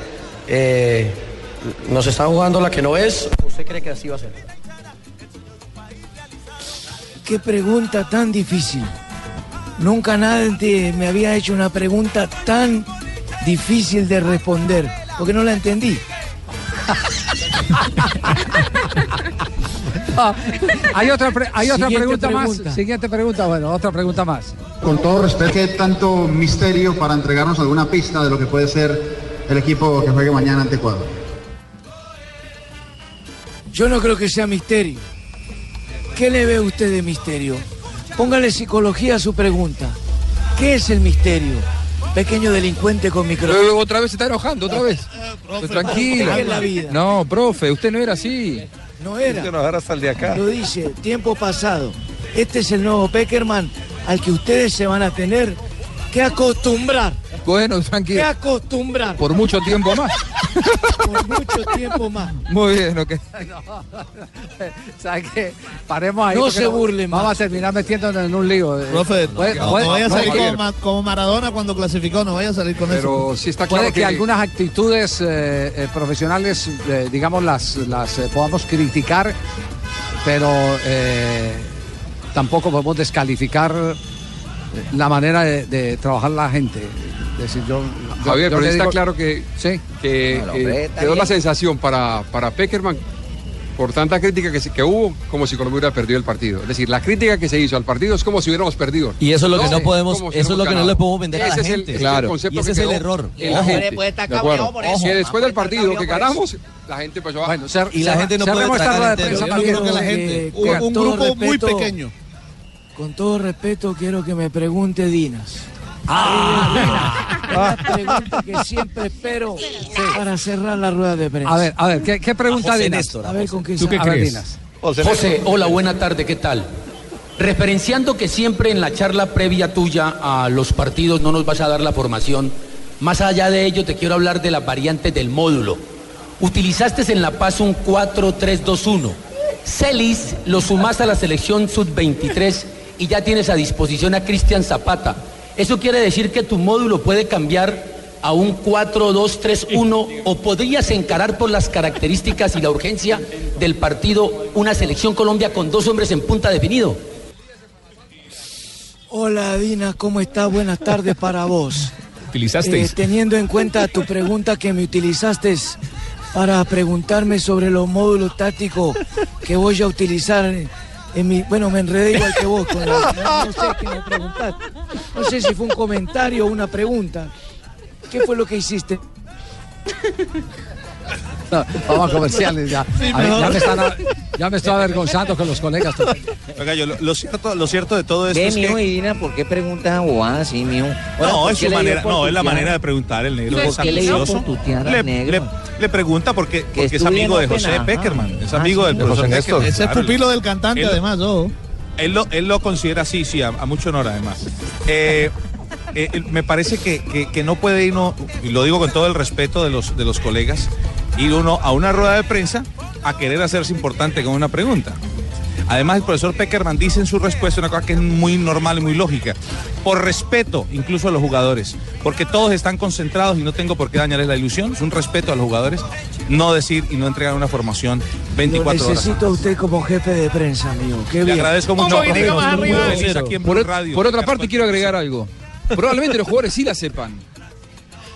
Eh, ¿Nos están jugando la que no es? ¿Usted cree que así va a ser? Qué pregunta tan difícil. Nunca nadie me había hecho una pregunta tan difícil de responder, porque no la entendí. Ah, hay otra, pre- hay otra Siguiente pregunta, pregunta. más. Siguiente pregunta, bueno, otra pregunta más. Con todo respeto, ¿qué tanto misterio para entregarnos alguna pista de lo que puede ser el equipo que juegue mañana ante Ecuador? Yo no creo que sea misterio. ¿Qué le ve usted de misterio? Póngale psicología a su pregunta. ¿Qué es el misterio? Pequeño delincuente con Eh, micrófono. Otra vez se está enojando, otra vez. Pues tranquilo. Es la vida. No, profe, usted no era así. No era. Usted nos agarra hasta el de acá. Lo dice, tiempo pasado. Este es el nuevo Peckerman al que ustedes se van a tener que acostumbrar. Bueno, tranquilo. Que acostumbrar. Por mucho tiempo más. Por mucho tiempo más. Muy bien, ok. ¿Sabe qué? Paremos ahí. No porque se burle más. Vamos a terminar metiéndonos en un lío. eh. Profe, Puede- no, puede- no vaya a puede- salir puede- con Ma- Como Maradona cuando clasificó, no vaya a salir con Pero eso. sí está Puede que, algunas actitudes eh, eh, profesionales, eh, digamos, las, las eh, podamos criticar, pero eh, tampoco podemos descalificar eh, la manera de, de trabajar la gente. Es decir, yo, yo- Javier, yo pero le está digo- claro que, que Claro, eh, hombre, está quedó la bien. sensación para, para Peckerman, por tanta crítica que, se- que hubo, como si Colombia hubiera perdido el partido. Es decir, la crítica que se hizo al partido es como si hubiéramos perdido. Y eso es lo que no Sí, podemos- como si eso es lo hubiéramos que no ganado. le podemos vender a la Ese es el- gente. ese es el Claro. concepto Y ese que es el quedó error. en la Hombre, gente. puede estar De cabreado acuerdo. por eso. Que después del partido estar que cabreado ganamos, la gente empezó a... Bueno, cer- Y la cer- gente no puede cerremos esta tragar rueda de entero. prensa, Yo creo que la Martín. gente- Eh, un- con un todo grupo muy respeto- pequeño. Con todo respeto, quiero que me pregunte Dinas. Ah. Una pregunta que siempre espero para cerrar la rueda de prensa. A ver, a ver, ¿qué, qué pregunta José Dinas? Néstor, a ver con qué ¿Tú qué a ver, crees? Dinas. José, hola, buena tarde, ¿qué tal? Referenciando que siempre en la charla previa tuya a los partidos no nos vas a dar la formación, más allá de ello te quiero hablar de las variantes del módulo. Utilizaste en La Paz un 4-3-2-1. Celis lo sumás a la selección sub-23 y ya tienes a disposición a Cristian Zapata. Eso quiere decir que tu módulo puede cambiar a un 4-2-3-1 o podrías encarar por las características y la urgencia del partido una selección Colombia con dos hombres en punta definido? Hola Dina, ¿cómo estás? Buenas tardes Eh, para vos. Eh, teniendo en cuenta tu pregunta que me utilizaste, para preguntarme sobre los módulos tácticos que voy a utilizar en, en mi... Bueno, me enredé igual que vos. con la- no, no sé qué me preguntaste. No sé si fue un comentario o una pregunta. ¿Qué fue lo que hiciste? No, vamos a comerciales ya. Sí, A mí- mejor. ya, me están a- ya me estoy avergonzando con los colegas. Oiga, yo, lo, lo cierto, lo cierto de todo esto Ve, es mijo, que... Irina, ¿por qué preguntas a bobadas así, mijo? Ahora, No, ¿por es qué le su dio manera, por no, es la tutear? manera de preguntar el negro. ¿Y por es qué le dio ambicioso. por tutear al Le- negro? le- le pregunta porque, porque es estudia amigo no de José pena, Peckerman, es ajá. amigo Ah, del sí. profesor José Peckerman. Ese es Claro, pupilo del cantante, él- además, ojo. Él lo, él lo considera así, sí, a, a mucho honor además. Eh, eh, eh, me parece que, que- que no puede ir uno, y lo digo con todo el respeto de los, de los colegas, ir uno a una rueda de prensa a querer hacerse importante con una pregunta. Además, el profesor Peckerman dice en su respuesta una cosa que es muy normal y muy lógica. Por respeto, incluso a los jugadores, porque todos están concentrados y no tengo por qué dañarles la ilusión, es un respeto a los jugadores, no decir y no entregar una formación Lo 24 horas. necesito a usted como jefe de prensa, amigo. Qué Le bien. agradezco mucho. Muy bien, profe. muy Muy bien. feliz aquí en Por, Blue o- Radio. por otra parte, quiero agregar algo. Probablemente los jugadores sí la sepan.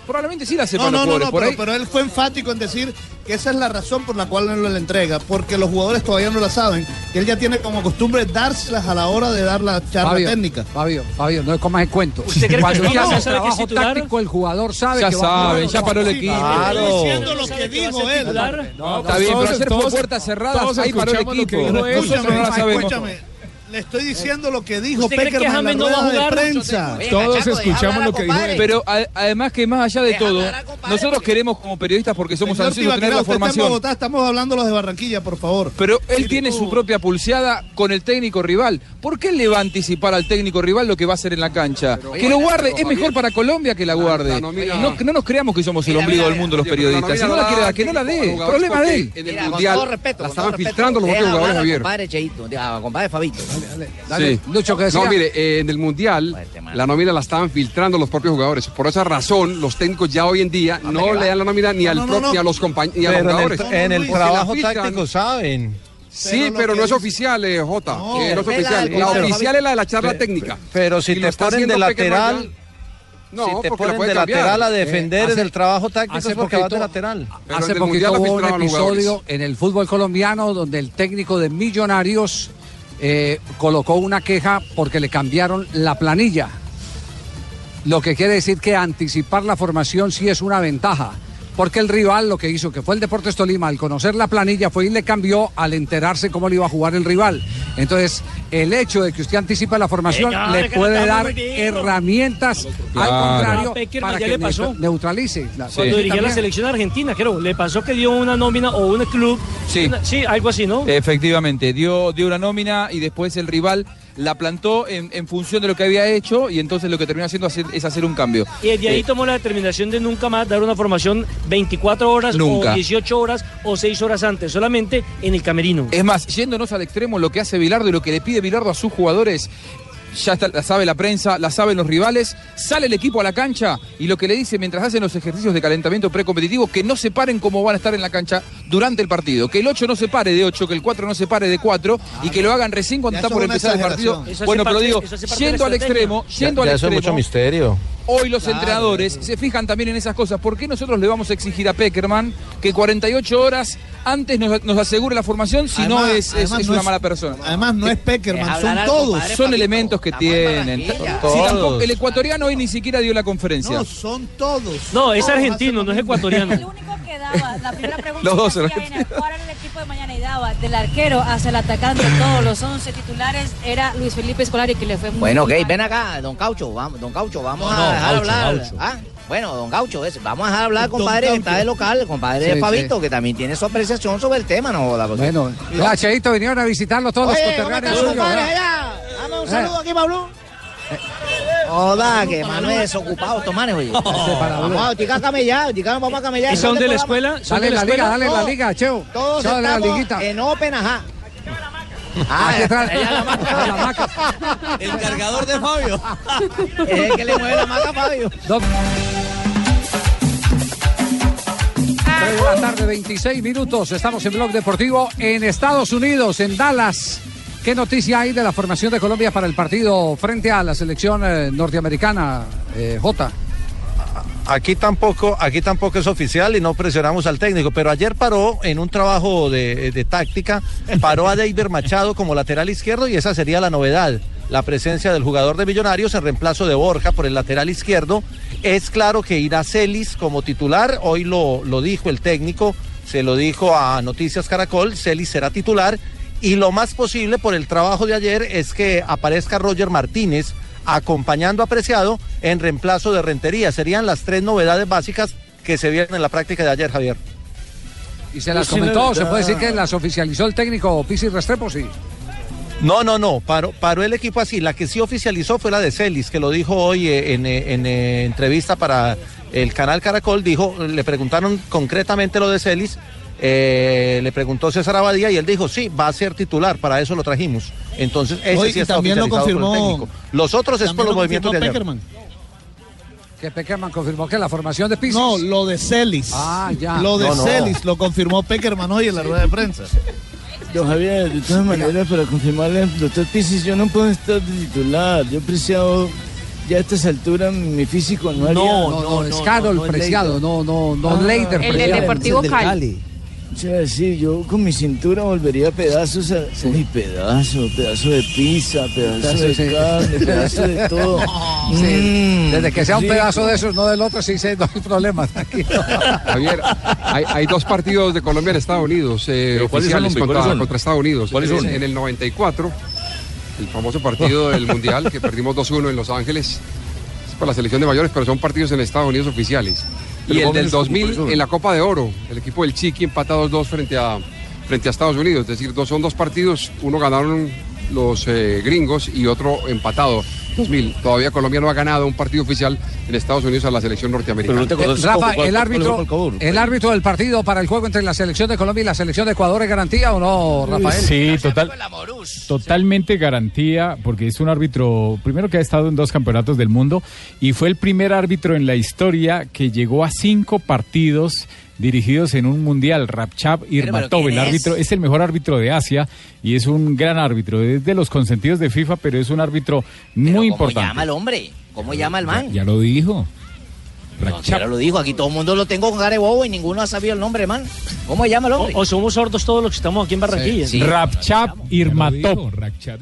Probablemente sí la No, no, sepan los no, jugadores. no, por pero, ahí- pero él fue enfático en decir que esa es la razón por la cual no la entrega, porque los jugadores todavía no la saben, que él ya tiene como costumbre dárselas a la hora de dar la charla Fabio, técnica. Fabio, Fabio, no es comas de cuento. ¿Usted cree que Cuando no? ya hace ¿Sabe el que trabajo si titular? táctico, el jugador sabe Ya que va a saben, ya paró el equipo. Claro. Diciendo lo que dijo él. No, está bien, pero hacer por puertas cerradas, todos ahí paró el escuchamos lo que equipo. dijo él. Nosotros no la Escúchame, sabemos. escúchame, Le estoy diciendo lo Eh, que dijo ¿Usted cree que Peckerman en la James no va a rueda de jugar? prensa. Venga, Todos Chaco, escuchamos deja hablar a lo que dijo compadre. él. Pero a- además que más allá de Deja todo, hablar nosotros queremos como periodistas porque somos Señor ansiosos tener Tibaquirá, la usted está en formación. Bogotá, estamos hablando los de Barranquilla, por favor. Pero él tiene su propia pulseada con el técnico rival. ¿Por qué le va a anticipar al técnico rival lo que va a hacer en la cancha? que lo guarde, es mejor para Colombia que la guarde. no, no nos creamos que somos el ombligo del mundo los periodistas. Si no la quiere dar, que no la dé. Problema de él. Mira, Con todo respeto. con todo respeto. Deja hablar a Compadre Cheito, de- a compadre Fabito. Sí. No, mire, eh, en el Mundial este la nómina la estaban filtrando los propios jugadores. Por esa razón, los técnicos ya hoy en día no le dan la nómina ni, al no, pro- no, no. ni a los compañeros ni a los Pero en jugadores. el, en el Porque la trabajo filtran. táctico saben. Sí, pero, no es oficial, eh, Jota. No, Eh, No, es pero- oficial. pero- La pero- oficial es la de la charla Pe- técnica. Pero si Y lo te está ponen de haciendo Peckerman lateral, ya. No, si te porque la ponen puede de cambiar. lateral a defender Eh, hace- en el trabajo táctico hace es porque vas de poquito- lateral. Hace poquito hubo un episodio en el fútbol colombiano donde el técnico de Millonarios eh, colocó una queja porque le cambiaron la planilla. Lo que quiere decir que anticipar la formación sí es una ventaja. Porque el rival lo que hizo, que fue el Deportes Tolima, al conocer la planilla fue y le cambió al enterarse cómo le iba a jugar el rival. Entonces, el hecho de que usted anticipa la formación Señor, le que no puede estamos dar midiendo. herramientas Claro. al A contrario Peckerman para ya que le pasó. neut- neutralice. la- Cuando dirigía la también. selección argentina, creo, le pasó que dio una nómina o un club. Sí. una- sí, algo así, ¿no? Efectivamente, dio, dio una nómina y después el rival la plantó en, en función de lo que había hecho y entonces lo que terminó haciendo hacer- es hacer un cambio. Y desde ahí Eh, tomó la determinación de nunca más dar una formación 24 horas Nunca. o 18 horas o 6 horas antes, solamente en el camerino. Es más, yéndonos al extremo, lo que hace Bilardo y lo que le pide Bilardo a sus jugadores, ya está- la sabe la prensa, la saben los rivales, sale el equipo a la cancha y lo que le dice mientras hacen los ejercicios de calentamiento precompetitivo, que no se paren como van a estar en la cancha durante el partido, que el 8 no se pare de 8, que el 4 no se pare de 4 y que lo hagan recién cuando Ya está eso por es una empezar el exageración. partido. Eso hace Bueno, pero parte- digo, eso hace parte de la yendo al estrategia. extremo, Ya, yendo al ya eso es mucho extremo, misterio. Hoy los entrenadores se fijan también en esas cosas. ¿Por qué nosotros le vamos a exigir a Peckerman que 48 horas antes nos, nos asegure la formación si no Además- es, es- además es no una es- mala persona? Además, no es Peckerman, Deja son hablar al todos. compadre Son Fabito. elementos que tienen. Barranquilla. Sí, tampoco- Todos. el ecuatoriano hoy ni siquiera dio la conferencia. No, son todos. No, es Todos argentino, no es ecuatoriano. que daba, la primera pregunta Los dos que hacía eran- era, ¿cuál era el equipo de mañana? Y daba, del arquero hacia el atacante, todos los 11 titulares, era Luis Felipe Escolari que le fue muy Bueno, ok, bien. ven acá, don Caucho, vamos, don Caucho, vamos No, a dejar Gaucho, hablar. Gaucho. Ah, bueno, don Gaucho, ese, vamos a dejar hablar, Don compadre, que Gaucho. está de local, compadre Sí, de Fabito, sí. que también tiene su apreciación sobre el tema, no joda. pues, Bueno, ya, Cheito, vinieron a visitarlo todos Oye, los ¿cómo coterráneos están los suyos, compadres ¿verdad? allá? Dame un saludo aquí, Pablo. Joda, que mano de desocupados estos manes, Este oye. Vamos a ticar camellar, ticar, vamos a camellar. ¿Y son ¿Dónde de la programa? escuela? ¿Son Dale de la la escuela? liga, dale la Todos- liga, Cheo. Todos Cheo, dale la estamos liguita. Ah, en Open, ajá. Ah, Aquí está. allá la maca. El cargador de Fabio. Es el que le mueve la maca a Fabio. Dos- Tres de la tarde, 26 minutos. Estamos en Blog Deportivo en Estados Unidos, en Dallas. ¿Qué noticia hay de la formación de Colombia para el partido frente a la selección eh, norteamericana, eh, J? Aquí tampoco, aquí tampoco es oficial y no presionamos al técnico, pero ayer paró en un trabajo de, de táctica, paró a David Machado como lateral izquierdo y esa sería la novedad. La presencia del jugador de Millonarios en reemplazo de Borja por el lateral izquierdo. Es claro que irá Celis como titular, hoy lo, lo dijo el técnico, se lo dijo a Noticias Caracol, Celis será titular y lo más posible por el trabajo de ayer es que aparezca Roger Martínez acompañando a Preciado en reemplazo de Rentería. Serían las tres novedades básicas que se vieron en la práctica de ayer, Javier. Y se las comentó, se puede decir que las oficializó el técnico Pisi Restrepo, sí. No, no, no, paró, paró el equipo así. La que sí oficializó fue la de Celis, que lo dijo hoy eh, en, eh, en, eh, entrevista para el canal Caracol. Dijo, le preguntaron concretamente lo de Celis, eh, le preguntó César Abadía y él dijo, sí, va a ser titular, para eso lo trajimos. Entonces, ese Hoy, sí y está también lo oficializado por el confirmó- técnico. Los otros es También por los lo movimientos de confirmó ayer. Peckerman. Que Peckerman confirmó que la formación de Pisis. No, lo de Celis. Ah, ya. Lo de No, no. Celis lo confirmó Peckerman hoy en la rueda de prensa. Don Javier, de todas maneras, para confirmarle al doctor Pisis, yo no puedo estar de titular. Yo preciado, ya a estas alturas, mi físico no haría. es caro el preciado, no, no, no Ah, Leider el del preciado. Deportivo El del Cali. Cali. Yo iba a decir, yo con mi cintura volvería a pedazos a... Uy, pedazo, pedazo de pizza, pedazo Pedazo, sí. de carne, pedazo de todo. Sí, Desde que sea un Sí. pedazo de esos, no del otro, sí, sí, no hay problema. tranquilo. Javier, hay, hay dos partidos de Colombia en Estados Unidos, eh, ¿Pero cuáles son, oficiales hombre? contra, ¿Cuáles son? contra Estados Unidos. ¿Cuáles en, son? en el 94, el famoso partido del Mundial, que perdimos 2-1 en Los Ángeles, es para la selección de mayores, pero son partidos en Estados Unidos oficiales. Y Pero el ¿cuáles del son? 2000 ¿Cuáles son? en la Copa de Oro, el equipo del Chiqui empata 2-2 frente a, frente a Estados Unidos. Es decir, dos, son dos partidos, uno ganaron los eh, gringos y otro empatado. 2000. Todavía Colombia no ha ganado un partido oficial en Estados Unidos a la selección norteamericana. Eh, Rafa, el árbitro, pues. el árbitro del partido para el juego entre la selección de Colombia y la selección de Ecuador es garantía o no, Rafael? Sí, total, totalmente garantía, porque es un árbitro, primero que ha estado en dos campeonatos del mundo, y fue el primer árbitro en la historia que llegó a cinco partidos dirigidos en un mundial, Rapchap Irmatov, ¿quién el es? árbitro, es el mejor árbitro de Asia y es un gran árbitro, es de los consentidos de FIFA, pero es un árbitro muy ¿Cómo importante. llama el hombre? ¿Cómo llama el man? Ya lo dijo. No, ya lo dijo, aquí todo el mundo lo tengo con cara de bobo y ninguno ha sabido el nombre, man. ¿Cómo se llama el hombre? O, o somos sordos todos los que estamos aquí en Barranquilla. Sí, sí. Rapchap Irmatov.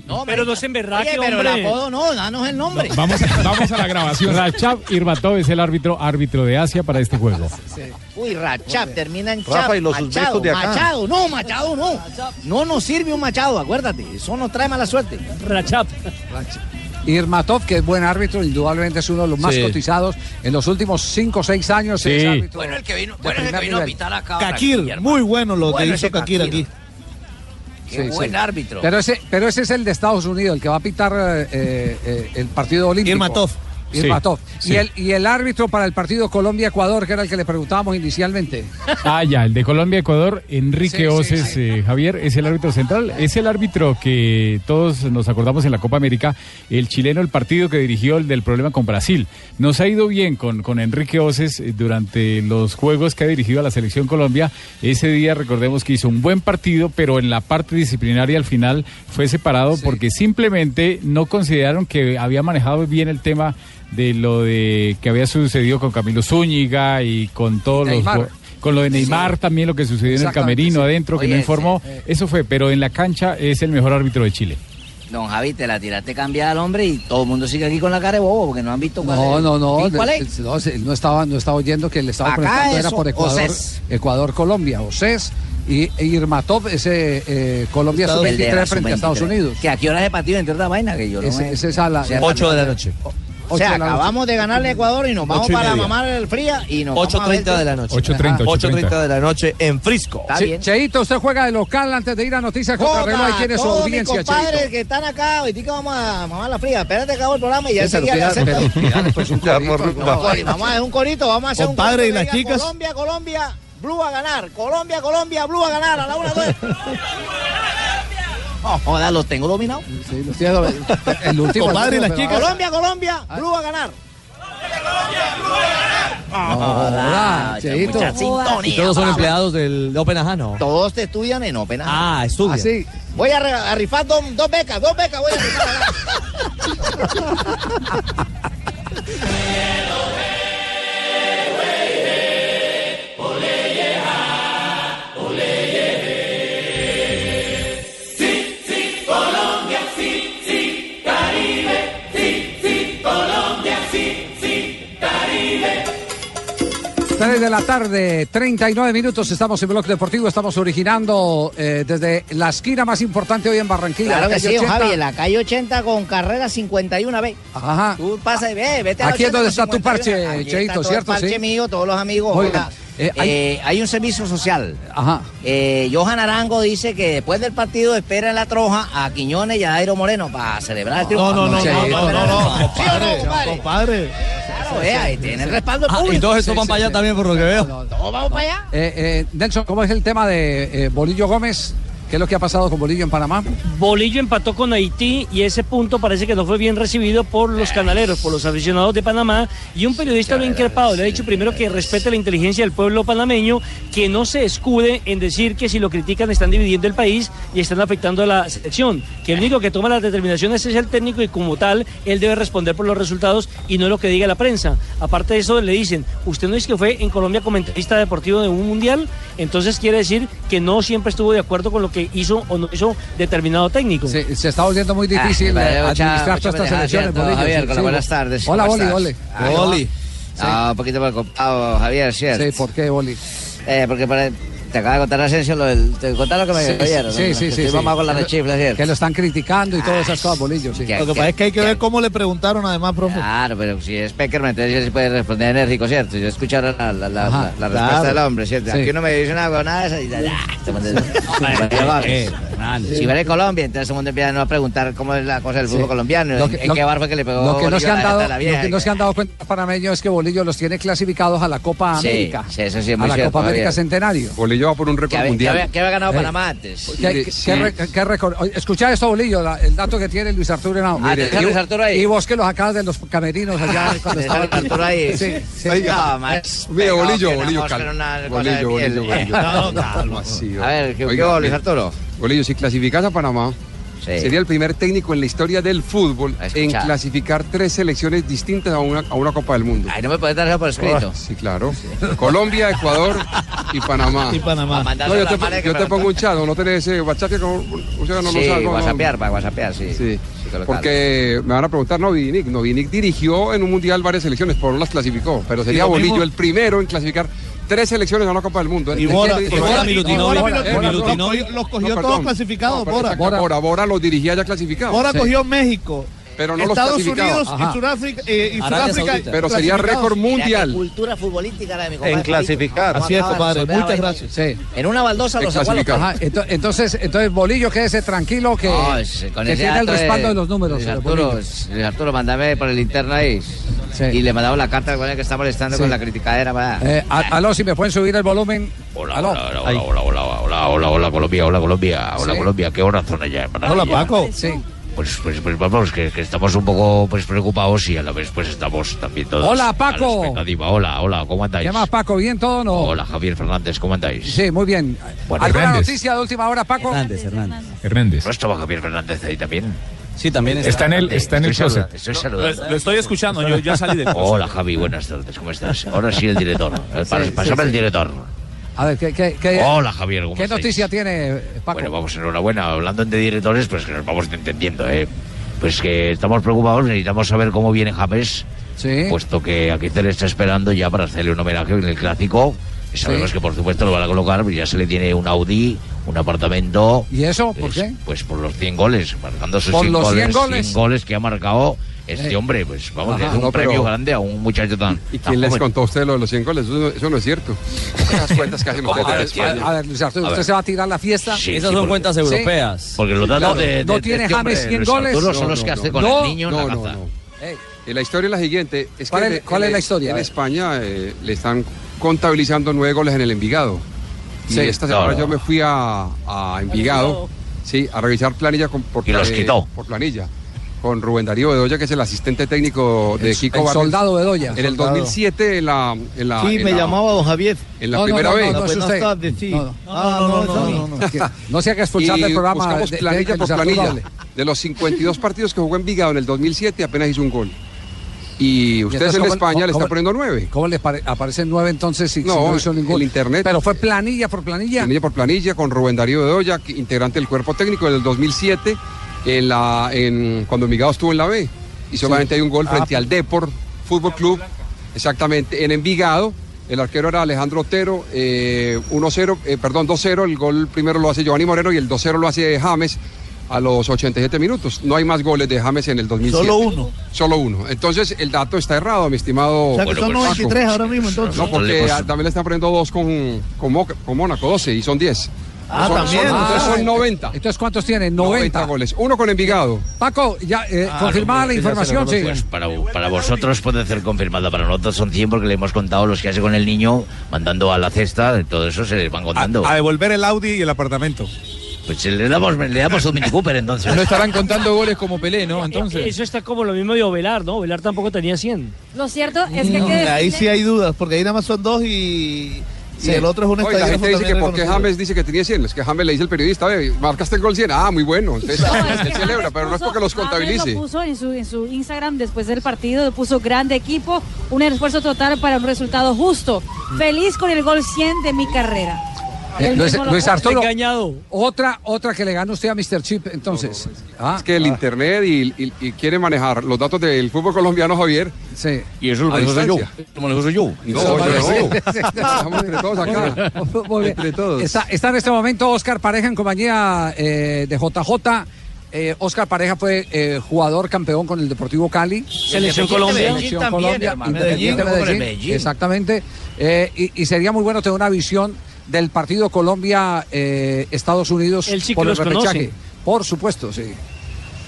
No, pero no se Oye, emberraque, pero el hombre. apodo no, danos el nombre. Vamos, vamos a la grabación. Rachab Irmatov es el árbitro árbitro de Asia para este juego. Uy, Rachap, termina en chap. Rafa, y los machado, uzbecos de acá. machado, no, machado, no. No nos sirve un machado, acuérdate. Eso nos trae mala suerte. Rachap. Irmatov, que es buen árbitro, indudablemente es uno de los más Sí. cotizados en los últimos 5 o 6 años. Sí. es árbitro Bueno, el que vino, de primer nivel. Kakir, muy bueno lo que Bueno, hizo ese Kakir Kakir. aquí. Sí, sí. árbitro. Pero ese, pero ese es el de Estados Unidos, el que va a pitar eh, eh, eh, el partido olímpico. Irmatov. Irmatov. Sí, Y, sí. el, y el árbitro para el partido Colombia-Ecuador, que era el que le preguntábamos inicialmente. Ah, ya, el de Colombia-Ecuador, Enrique Oces, eh, Javier, es el árbitro central. Es el árbitro que todos nos acordamos en la Copa América, el chileno, el partido que dirigió el del problema con Brasil. Nos ha ido bien con, con Enrique Oces eh, durante los juegos que ha dirigido a la selección Colombia. Ese día recordemos que hizo un buen partido, pero en la parte disciplinaria al final fue separado porque simplemente no consideraron que había manejado bien el tema de lo de que había sucedido con Camilo Zúñiga y con todos Neymar. los jue- con lo de Neymar también lo que sucedió en el Exactamente, camerino sí. adentro que Oye, no informó sí, eh. eso fue pero en la cancha es el mejor árbitro de Chile Don Javi, te la tiraste cambiada al hombre y todo el mundo sigue aquí con la cara de bobo porque no han visto cuál No, es. no, no. ¿Y ¿Cuál es? eh, No, se- no estaba, no estaba oyendo que le estaba Acá preguntando, era eso, por Ecuador, Océs. Ecuador-Colombia, Océs y e Irmatov, ese eh, Colombia Estados- el de la sub-23 frente a Estados sub-23. Unidos. Que a qué hora es el partido entre otra vaina que yo no Ese- me- ese es a la- O sea, Ocho de la noche. O sea, acabamos de ganarle a Ecuador y nos vamos Ocho y para media. mamar el fría y nos vamos a ver 8.30 todo. de la noche. 8:30, Ajá. 8:30 de la noche en Frisco. Está Che- bien. Cheito, usted juega de local antes de ir a Noticias contra Reloj. ¿Quién es su todos mis audiencia, compadres Cheito? que están acá, ahorita vamos a mamar la fría. Espérate, acabó el programa y ya César, enseguida le usted- hacemos. pero- Ya, por- No, Cori, vamos a hacer un corito, vamos a hacer Compadre, un corito ¿y las que diga chicas? Colombia, Colombia, Blue a ganar. Colombia, Colombia, Blue a ganar. A la una, dos. No, joda, los tengo dominados. Sí, los tiene doble- El último. Compadre, el ¿y las último, chicas? Colombia, Colombia, Blue a ganar. pero- Hola, Cheito. sintonía. Y todos son bravo. empleados del de Openajano. Todos te estudian en Open. Ah, estudian. Así. Voy a, re- a rifar dos, dos becas, dos becas voy a rifar. 3 de la tarde, 39 minutos, estamos en Bloque Deportivo, estamos originando eh, desde la esquina más importante hoy en Barranquilla. Claro que calle sí, don 80. Javi, en la calle 80 con carrera 51 B. Ajá. Tú pasas y ve, vete a la Aquí es 80 donde con está tu 51. parche, Aquí está Cheito, todo el ¿cierto? parche Sí. mío, todos los amigos. Oiga, Eh, hay... hay- un servicio social. Ajá. Eh, Johan Arango dice que después del partido espera en la troja a Quiñones y a Dairo Moreno para celebrar el triunfo. No, no, no, Sí, no, no, no, no, compadre, compadre? compadre. Claro, vea, y tiene el respaldo Ah, público. entonces todos van para allá también, por lo que veo. Todos vamos para allá. Eh, eh, Nelson, ¿cómo es el tema de eh, Bolillo Gómez? ¿Qué es lo que ha pasado con Bolillo en Panamá? Bolillo empató con Haití y ese punto parece que no fue bien recibido por los canaleros, por los aficionados de Panamá. Y un periodista lo ha increpado. Le ha dicho primero que respete la inteligencia del pueblo panameño, que no se escude en decir que si lo critican están dividiendo el país y están afectando a la selección. Que el único que toma las determinaciones es el técnico y como tal, él debe responder por los resultados y no lo que diga la prensa. Aparte de eso, le dicen, usted no dice que fue en Colombia comentarista deportivo de un mundial, entonces quiere decir que no siempre estuvo de acuerdo con lo que hizo o no hizo determinado técnico. Se, está volviendo muy Ah, difícil eh, administrar todas estas elecciones, Bolillo. Javier, Sí, con sí, las buenas bu- tardes. Hola, ¿Cómo Boli, estás? Ole. Ah, Ah, un poquito preocupado, Javier, ¿cierto? Sí, ¿por qué, Boli? Eh, porque para- te acaba de contar Asensio lo del... Te contar lo que me Sí, dijeron. sí, sí, sí, Estoy sí. mamado con la rechifla, Ah, ¿cierto? Que lo están criticando y todas esas cosas, Bolillo, sí. Lo que pasa es que hay que ver cómo le preguntaron además, profe. Claro, pero si es Peckerman, entonces yo sí puede responder enérgico, ¿cierto? Yo escuchar la, la, la, la- Ajá, la respuesta claro. del hombre, ¿cierto? Sí. Aquí uno me dice una Este huevonada esa y da- da, todo el mundo- Bueno, vamos. Eh, Si va de Colombia, entonces todo el mundo empieza a no preguntar cómo es la cosa del fútbol Sí. colombiano, Lo en- que- en lo- qué bar fue que le pegó Lo que no se Bolívar han a la dado, teta a la lo que vieja. no se han dado cuenta los panameños es que Bolillo los tiene clasificados a la Copa Sí, América. sí, eso sí es a muy la cierto, Copa América Javier. Centenario. Bolillo va Pues por un récord había- mundial. que había- que había ganado Eh, Panamá antes. ¿Qué- qué- qué re- qué récord? Oye, Escuchá esto, Bolillo, la- el dato que tiene Luis Arturo Henao. Ah, ¿tenés a Y- Luis Arturo ahí? Ah, Y vos que los sacabas de los camerinos allá Está cuando estaba el pastor ahí. Sí, sí. No, más. Mira, pegado bolillo, que una bolillo, mosca en calma. una cosa de Bolillo, piel. bolillo, bolillo. No, no, Calma, sí, A ver, ¿qué- oiga, eh, qué hubo, Luis mira, Arturo? Bolillo, si clasificas a Panamá, Sí. sería el primer técnico en la historia del fútbol en escuchar. clasificar tres selecciones distintas a una, a una Copa del Mundo. Ay, no me puedes dar eso por escrito. Ah, sí, claro. Colombia, Ecuador y Panamá. Y Panamá. mandar No, yo la te, mala que yo te preguntó. pongo un chat, no tenés ese WhatsApp que no, usted no lo sí, sabe. no, no. whatsappear, para whatsappear, sí. Sí, colocarlo. Porque me van a preguntar, no, Vinic, no, Vinic dirigió en un mundial varias selecciones, pero no las clasificó. Pero sería lo mismo- Bolillo el primero en clasificar tres selecciones a la Copa del Mundo. Y Eh, Bora, eh, y Bora Bora, Milutinovic, eh, Bora, Bora, eh, Bora, Bora, los cogió- los cogió todos perdón. clasificados, pero Bora. saca- Bora. Bora, los dirigía ya clasificados. Ahora Sí. cogió México. Pero no los Estados clasificados. Unidos y Ajá. Sudáfrica. eh, y Arabia Sudáfrica Saudita. Pero sería clasificados. récord mundial. Mira qué cultura futbolística la de mi compadre. En clasificar. Así es, compadre. Muchas gracias. Sí. En una baldosa los sacó a los Ajá, ento- entonces, entonces Bolillo, quédese tranquilo que, No, es- con que ese tiene el dato de- respaldo de los números. Luis eh, Arturo, Bolillo. s- Luis Arturo, mandame por el interno ahí. Y le mandaba la carta con el que está molestando con la criticadera. va. Eh, a- aló, si me pueden subir el volumen. Aló. Ahí. Hola, hola, hola, hola, hola, hola, Colombia, hola, Colombia, hola, Sí. Colombia, qué horas son allá. en Hola, Barranquilla? Paco. Sí. Pues, pues, pues vamos, que, que estamos un poco pues, preocupados y a la vez pues estamos también todos. Hola, a la Paco. expectativa. Hola, hola, ¿cómo ¿Qué andáis? más, Paco? ¿Bien todo o no? Hola, Javier Fernández, ¿cómo andáis? Sí, muy bien. Bueno, ¿Alguna Hernández. noticia de última hora, Paco? Hernández. ¿No estaba Javier Fernández ahí también? Sí, también está. Está en el- está en el estoy closet. saluda- estoy No, saludando. lo- lo estoy escuchando, yo ya salí del closet. Hola, Javi, buenas tardes, ¿cómo estás? Ahora sí el director. eh, Para, Sí, pasame sí, el sí. director. A ver, ¿qué, qué, qué- Hola, Javier, ¿cómo ¿qué estáis? noticia tiene Paco? Bueno, vamos, enhorabuena. Hablando de directores, pues que nos vamos entendiendo, ¿eh? Pues que estamos preocupados, necesitamos saber cómo viene James, Sí. puesto que aquí se le está esperando ya para hacerle un homenaje en el clásico. Y Sabemos que, por supuesto, lo van a colocar, pues ya se le tiene un Audi, un apartamento, ¿Y eso por qué? pues por los 100 goles, marcando sus Por 100 los goles, 100 goles. 100 goles que ha marcado este Eh. hombre. Pues vamos, Ajá, es un no, pero- premio grande a un muchacho tan. ¿Y tan quién les joven. contó a ustedes lo de los 100 goles? Eso, eso no es cierto. Las cuentas que hacen ¿Cómo ustedes de que España. quién? A ver, Luis Arturo, A ¿usted ver. se va a tirar la fiesta? Sí, sí, porque- Porque los Sí, datos claro. de, de- No de tiene este hombre, James 100 Luis goles. Arturo, son No, los no, que hace no. con No, el niño en no, la no, caza. no. Eh, La historia es la siguiente. Es ¿Cuál que es- le- cuál es la historia? A En ver. España eh, le están contabilizando nueve goles en el Envigado. Y Sí. esta semana No. yo me fui a, a Envigado sí, a revisar planilla con, por, Y los quitó. por planilla. Con Rubén Darío Bedoya, que es el asistente técnico de El- Kiko el Barrios. soldado Bedoya. En el Soldado. 2007, en la. En la Sí, en me la- llamaba don Javier. En la No, no, primera no, no, vez. no, es Buenas usted. tardes, sí. No, no. Ah, no, no, no, no. Que- No se haga expulsar Y del programa. buscamos de- de- planilla que por Luis Arturo planilla. hable. De los 52 partidos que jugó en Vigado en el 2007, apenas hizo un gol. Y ustedes entonces, en ¿cómo- España le cómo- están poniendo nueve. ¿Cómo les pare- aparecen nueve entonces si si no, No, hizo ningún? el internet. Pero fue planilla por planilla. Planilla por planilla con Rubén Darío Bedoya, que- integrante del cuerpo técnico del 2007, en la, en, cuando Envigado estuvo en la B. Y solamente hay un gol Ah, frente al Depor Fútbol Club, exactamente, en Envigado. El arquero era Alejandro Otero, eh, 1-0, eh, perdón, 2-0. El gol primero lo hace Giovanni Moreno y el 2-0 lo hace James a los 87 minutos. No hay más goles de James en el 2007. Solo uno. Solo uno. Entonces el dato está errado, mi estimado. O sea, que son Oh, Paco. 93 ahora mismo, entonces. No, porque ah, también le están poniendo dos con, con, Mo- con Mónaco, 12 y son 10. Ah, Son- también, son- entonces- son 90. Entonces, ¿cuántos tienen? 90. goles. Uno con Envigado. Paco, ya eh, Ah, Ah, confirmada la información, sí. Pues para, para vosotros puede ser confirmada, para nosotros son 100 porque le hemos contado los que hace con el niño, mandando a la cesta, todo eso se les van contando. A devolver el Audi y el apartamento. Pues le damos, le damos un Mini Cooper entonces. No estarán contando goles como Pelé, ¿no? Eh, Entonces. Eso está como lo mismo de Ovelar, ¿no? Ovelar tampoco tenía 100. Lo cierto es que hay que Ahí decirle- sí hay dudas, porque ahí nada más son dos y, y el otro es un Oye, la gente dice que por qué reconocido. James dice que tenía 100, es que James le dice el periodista, "Oye, marcaste el gol 100, ah, muy bueno, entonces él celebra, pero no es porque los James contabilice. Lo puso en su, en su Instagram después del partido, puso grande equipo, un esfuerzo total para un resultado justo. Feliz con el gol 100 de mi carrera. Eh, Él Luis, mismo lo Luis puso. Arturo, otra, otra que le ganó usted a Mr. Chip, entonces. Ah, Es que el internet y, y- y quiere manejar los datos del fútbol colombiano, Javier. Sí. Y eso lo manejo soy yo. Lo manejo soy yo. No, No, yo no. Estamos entre todos acá. Muy bien. Está, está en este momento Oscar Pareja en compañía eh, de JJ. Eh, Oscar Pareja fue eh, jugador campeón con el Deportivo Cali. Selección Colombia. Medellín Selección también, Colombia. hermano. Independiente Medellín, Medellín. Medellín. Exactamente. Eh, y, y sería muy bueno tener una visión del partido Colombia-Estados Unidos Él sí que por el los conoce. repechaje. Por supuesto, sí.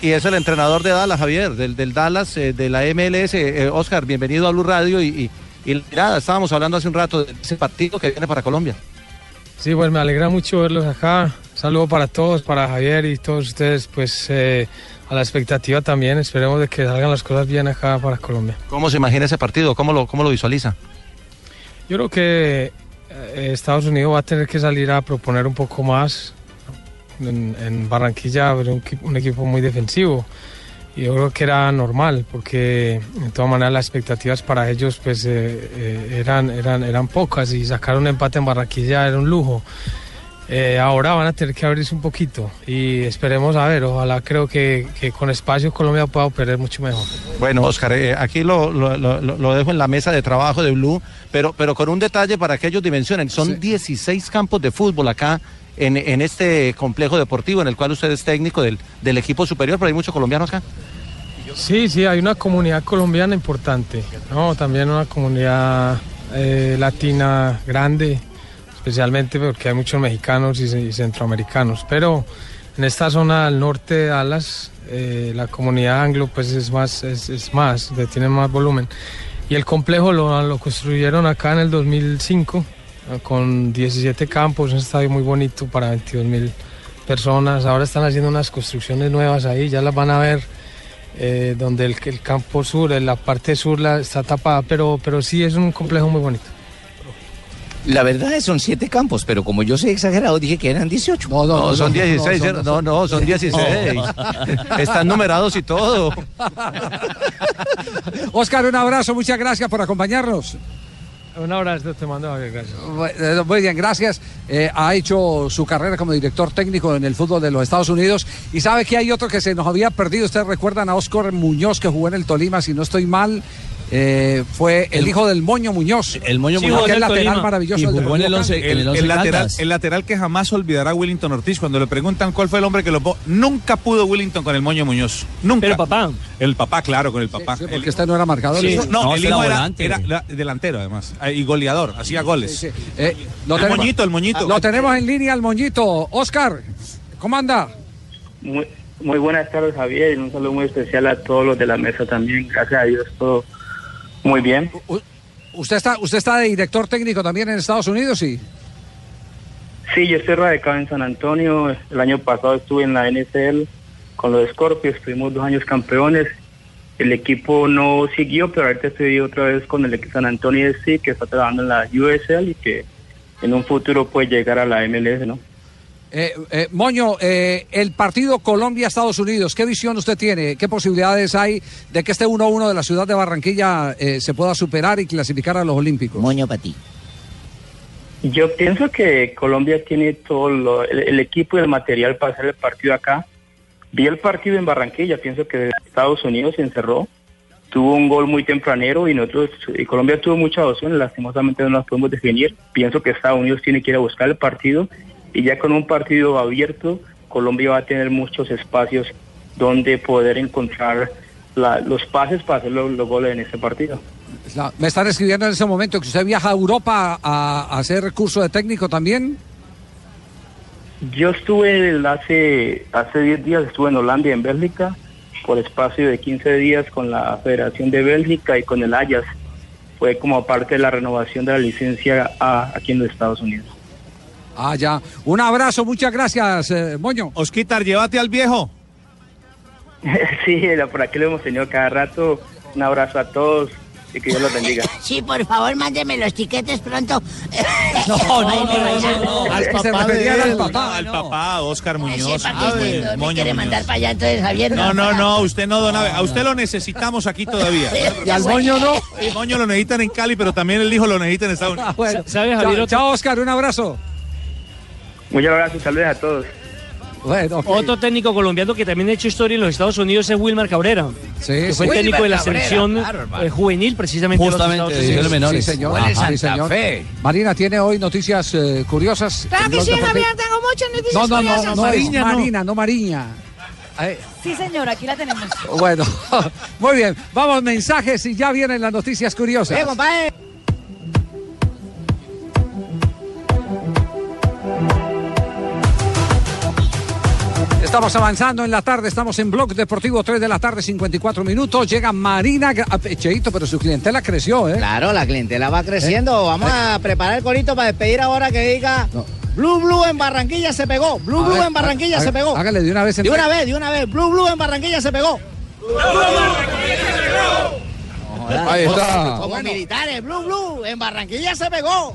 Y es el entrenador de Dallas, Javier, del, del Dallas, eh, de la MLS. Eh, Oscar, bienvenido a Blue Radio y, y, y nada, estábamos hablando hace un rato de ese partido que viene para Colombia. Sí, pues me alegra mucho verlos acá. Un saludo para todos, para Javier y todos ustedes, pues eh, a la expectativa también. Esperemos de que salgan las cosas bien acá para Colombia. ¿Cómo se imagina ese partido? ¿Cómo lo, cómo lo visualiza? Yo creo que eh, Estados Unidos va a tener que salir a proponer un poco más. En, en Barranquilla era un, equi- un equipo muy defensivo. Y yo creo que era normal, porque de todas maneras las expectativas para ellos pues, eh, eh, eran, eran, eran pocas y sacar un empate en Barranquilla era un lujo. Eh, ahora van a tener que abrirse un poquito y esperemos a ver, ojalá creo que, que con espacio Colombia pueda operar mucho mejor. Bueno, Oscar, eh, aquí lo, lo- lo- lo dejo en la mesa de trabajo de Blue, pero, pero con un detalle para que ellos dimensionen. Son 16 campos de fútbol acá en, en este complejo deportivo en el cual usted es técnico del, del equipo superior, pero hay muchos colombianos acá. Sí, sí, hay una comunidad colombiana importante, ¿no? También una comunidad eh, latina grande, especialmente porque hay muchos mexicanos y, ce- y centroamericanos. Pero en esta zona al norte de Dallas, eh, la comunidad anglo pues es más, es, es más, de- tiene más volumen. Y el complejo lo, lo construyeron acá en el 2005 eh, con 17 campos, un estadio muy bonito para 22 mil personas. Ahora están haciendo unas construcciones nuevas ahí, ya las van a ver eh, donde el, el campo sur, en la parte sur la, está tapada, pero, pero sí es un complejo muy bonito. La verdad es son siete campos, pero como yo soy exagerado, dije que eran 18. No, No, son 16, ¿cierto? no, no, son 16. Están numerados y todo. Oscar, un abrazo, muchas gracias por acompañarnos. Un abrazo, te mando Javier, gracias. Eh, Muy bien, gracias. Eh, ha hecho su carrera como director técnico en el fútbol de los Estados Unidos. Y sabe que hay otro que se nos había perdido. Ustedes recuerdan a Oscar Muñoz que jugó en el Tolima, si no estoy mal. eh, fue el, hijo del Moño Muñoz. El Moño Sí, Muñoz. jugó Aquel en el lateral Tolima. maravilloso. del Deportivo Cali. lateral, el lateral que jamás olvidará Willington Ortiz. Cuando le preguntan cuál fue el hombre que lo. po- Nunca pudo Willington con el moño Muñoz. Nunca. Pero papá. El papá, claro, con el papá. El- Porque este no era marcador. Sí, ¿no? no, el hijo era, era la- delantero además. eh, Y goleador. Hacía goles. Sí, sí. Eh, lo el tenemos- moñito, el moñito. Lo tenemos en línea, el moñito. Oscar, ¿cómo anda? Muy, muy buenas tardes, Javier, y un saludo muy especial a todos los de la mesa también. Gracias a Dios, todo muy bien. ¿Usted está, usted está de director técnico también en Estados Unidos? Sí. Sí, yo estoy radicado en San Antonio. El año pasado estuve en la NCL con los Scorpios, estuvimos dos años campeones. El equipo no siguió, pero ahorita estoy otra vez con el equipo San Antonio sí que está trabajando en la USL y que en un futuro puede llegar a la MLS, ¿no? Eh, eh, Moño, eh, el partido Colombia-Estados Unidos, ¿qué visión usted tiene? ¿Qué posibilidades hay de que este 1-1 de la ciudad de Barranquilla eh, se pueda superar y clasificar a los Olímpicos? Moño para ti. Yo pienso que Colombia tiene todo lo- el, el equipo y el material para hacer el partido acá. Vi el partido en Barranquilla, pienso que Estados Unidos se encerró tuvo un gol muy tempranero y nosotros, y Colombia tuvo muchas opciones, lastimosamente no las podemos definir. Pienso que Estados Unidos tiene que ir a buscar el partido y ya con un partido abierto, Colombia va a tener muchos espacios donde poder encontrar la- los pases para hacer los, los goles en este partido. La- me están escribiendo en ese momento que usted viaja a Europa a, a hacer curso de técnico también. Yo estuve el- hace hace 10 días, estuve en Holanda y en Bélgica por espacio de 15 días con la Federación de Bélgica y con el Ajax. Fue como parte de la renovación de la licencia A aquí en los Estados Unidos. Ah, ya. Un abrazo, muchas gracias, eh, Moño. Osquitar, llévate al viejo. sí, era por aquí lo hemos tenido cada rato. Un abrazo a todos y que Dios los bendiga. Sí, por favor, mándeme los tiquetes pronto. No, no, no, no, no. Al Se papá referían de al él. papá. Al papá, Oscar Muñoz. ¿para qué usted no me Moño quiere Muñoz. mandar para allá entonces, Javier? No, no, no, usted no, don Abe. A usted lo necesitamos aquí todavía. Y al moño no. El moño lo necesitan en Cali, pero también el hijo lo necesita en Estados Unidos. Chao- Chao, Oscar, un abrazo. Muchas gracias, saludos a todos. Otro técnico colombiano que también ha hecho historia en los Estados Unidos es Wilmar Cabrera. que fue sí. técnico de la Wilmar Cabrera, selección claro, hermano. eh, juvenil precisamente de los Justamente, Estados Unidos. Sí, señor. Ajá, sí, señor. Marina tiene hoy noticias eh, curiosas. Claro que Blog sí, Deportivo. Javier, tengo muchas noticias No, no, no, no, curiosas. no, es Marina, no Mariña. Sí, señor, aquí la tenemos. Bueno, muy bien. Vamos, mensajes y ya vienen las noticias curiosas. Eh, compadre. Estamos avanzando en la tarde, estamos en Blog Deportivo 3 de la tarde, 54 minutos. Llega Marina Gra- ah, Cheito, pero su clientela creció, ¿eh? Claro, la clientela va ¿Eh? creciendo. Vamos a preparar el corito para despedir ahora que diga Blue Blue en Barranquilla se pegó. Blue A Blue ver, en Barranquilla ha- se pegó. Hágale de una vez. De una vez, de una vez. Blue Blue en Barranquilla se pegó. Ahí está. Como militares, Blue Blue en Barranquilla se pegó.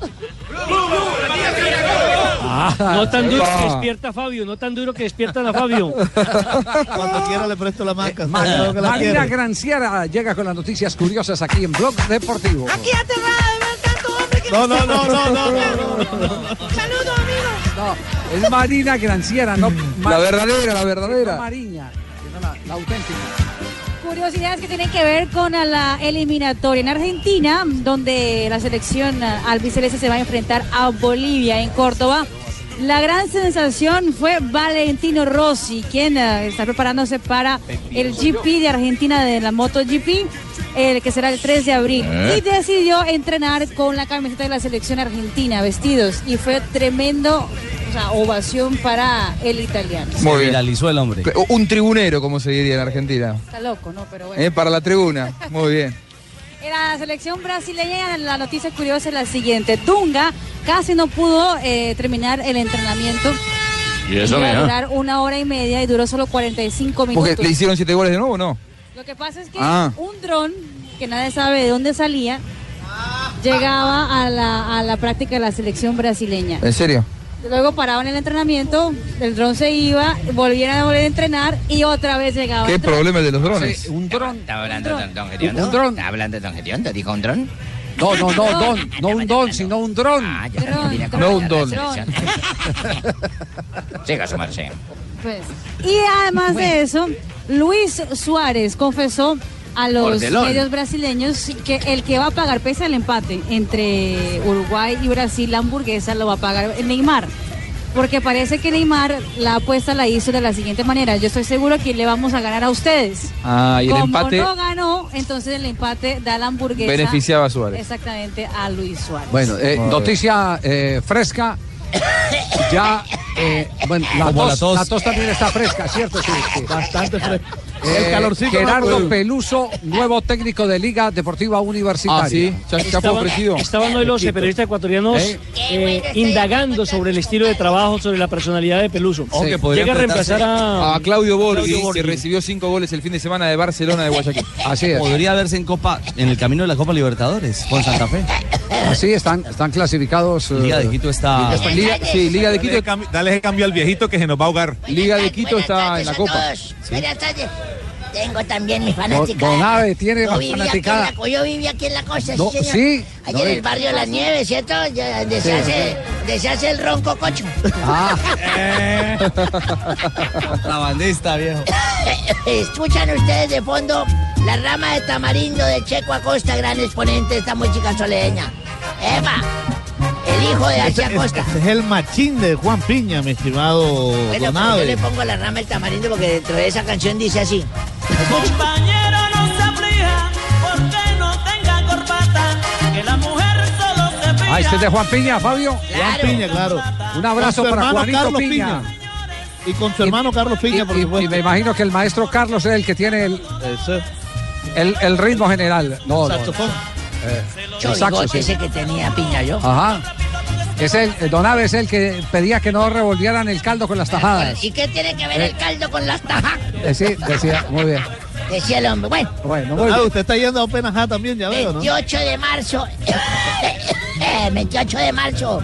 Ah, No tan duro Epa. que despierta a Fabio, no tan duro que despiertan a Fabio. Eh, Cuando quiera le presto la marca. Mar- creo que la Marina quiere. Eh, Granciera llega con las noticias curiosas aquí en Blog Deportivo. Aquí No, no, no, no, no, no. Saludos, amigos. No, es Marina Granciera, no. La verdadera, la verdadera. No Mariña, sino la, la auténtica. Curiosidades que tienen que ver con a la eliminatoria en Argentina, donde la selección ah, albiceleste se va a enfrentar a Bolivia en Córdoba. La gran sensación fue Valentino Rossi, quien ah, está preparándose para el GP de Argentina de la MotoGP, el que será el 3 de abril. ¿Eh? Y decidió entrenar con la camiseta de la selección argentina, vestidos, y fue tremendo o sea, ovación para el italiano. Muy bien. Viralizó el hombre. Un tribunero, como se diría en Argentina. Está loco, ¿no? Pero bueno. Eh, Para la tribuna. Muy bien. En la selección brasileña, la noticia curiosa es la siguiente. Dunga casi no pudo eh, terminar el entrenamiento. Y eso, Iba a mira. durar una hora y media y duró solo 45 Porque minutos. le hicieron siete goles de nuevo, o ¿no? Lo que pasa es que Ah. un dron, que nadie sabe de dónde salía, llegaba a la, a la práctica de la selección brasileña. ¿En serio? Luego paraban el entrenamiento, el dron se iba, volvían a volver a entrenar y otra vez llegaba. ¿Qué el dron. problema el de los drones? un dron. Estaba hablando don, don Geriondo. Un dron. Estaba hablando don Geriondo. ¿Dijo un dron? Ah, No, no, no, don, no un don, sino un dron. No un don. Siga su merced. Pues, Y además de eso, Luis Suárez confesó a los Ordelón. medios brasileños que el que va a pagar, pese al empate entre Uruguay y Brasil, la hamburguesa lo va a pagar Neymar. Porque parece que Neymar la apuesta la hizo de la siguiente manera. Yo estoy seguro que le vamos a ganar a ustedes. Ah, y el Como empate no ganó, entonces el empate da la hamburguesa. beneficiaba a Suárez. Exactamente, a Luis Suárez. Bueno, eh, Muy noticia eh, fresca. Ya, eh, bueno, la Como tos, la tos. la tos también está fresca, ¿cierto? Sí, sí. Bastante fresca. Eh, El calorcito no Gerardo puede. Peluso, nuevo técnico de Liga Deportiva Ah, Universitaria. Estaban- Estaban hoy los periodistas ecuatorianos ¿Eh? eh, indagando sobre el estilo de trabajo, sobre la personalidad de Peluso. que podría Llega a reemplazar a, a Claudio Borghi, Claudio Borghi. que recibió cinco goles el fin de semana de Barcelona de Guayaquil. Así es. Podría verse en Copa, en el camino de la Copa Libertadores, con Santa Fe. Así están, están clasificados. eh, Liga de Quito está. Liga- Liga- sí, Liga de Quito. Ah. Dale, cam- dale ese cambio al viejito que se nos va a ahogar. Liga de Quito está en la Todos, buenas tardes. Tengo también mi fanática. Don Abe eh, tiene Yo viví, aquí en fanaticada. la, co- yo viví aquí en la costa, No, sí, señor. sí. Allí No, en eh. el barrio Las Nieves, ¿cierto? Ya, donde Sí. se hace, donde se hace el ronco cocho. Ah. La bandista, viejo. Escuchan ustedes de fondo La rama de tamarindo de Checo Acosta, gran exponente de esta música soleña. Eva, el hijo de Ese- Asia ese- Acosta. ese es el machín de Juan Piña, mi estimado Bueno, pero yo le Donave. pongo la rama del tamarindo porque dentro de esa canción dice así. Compañero, no se aflija porque no tenga corbata, que la mujer solo se fija. Ah, este es de Juan Piña, Fabio. Juan Piña, claro. Un abrazo Con su para hermano Juanito Carlos Piña. Piña. Y con su hermano Carlos Piña, por y, supuesto. y me imagino que el maestro Carlos es el que tiene el, el, el ritmo general. No, no, Saxofón. eh, el saxo, Chorigote sí. ese que tenía piña yo. Ajá. Es el, el Don Abe es el que pedía que no revolvieran el caldo con las tajadas. ¿Y qué tiene que ver Eh. el caldo con las tajas? Eh, sí, Pues decía, muy bien. Decía el hombre. Bueno, Bueno, muy Ah, bien. usted está yendo a Open Ajá también, ya veo, ¿no? 28 de marzo. 28 de marzo.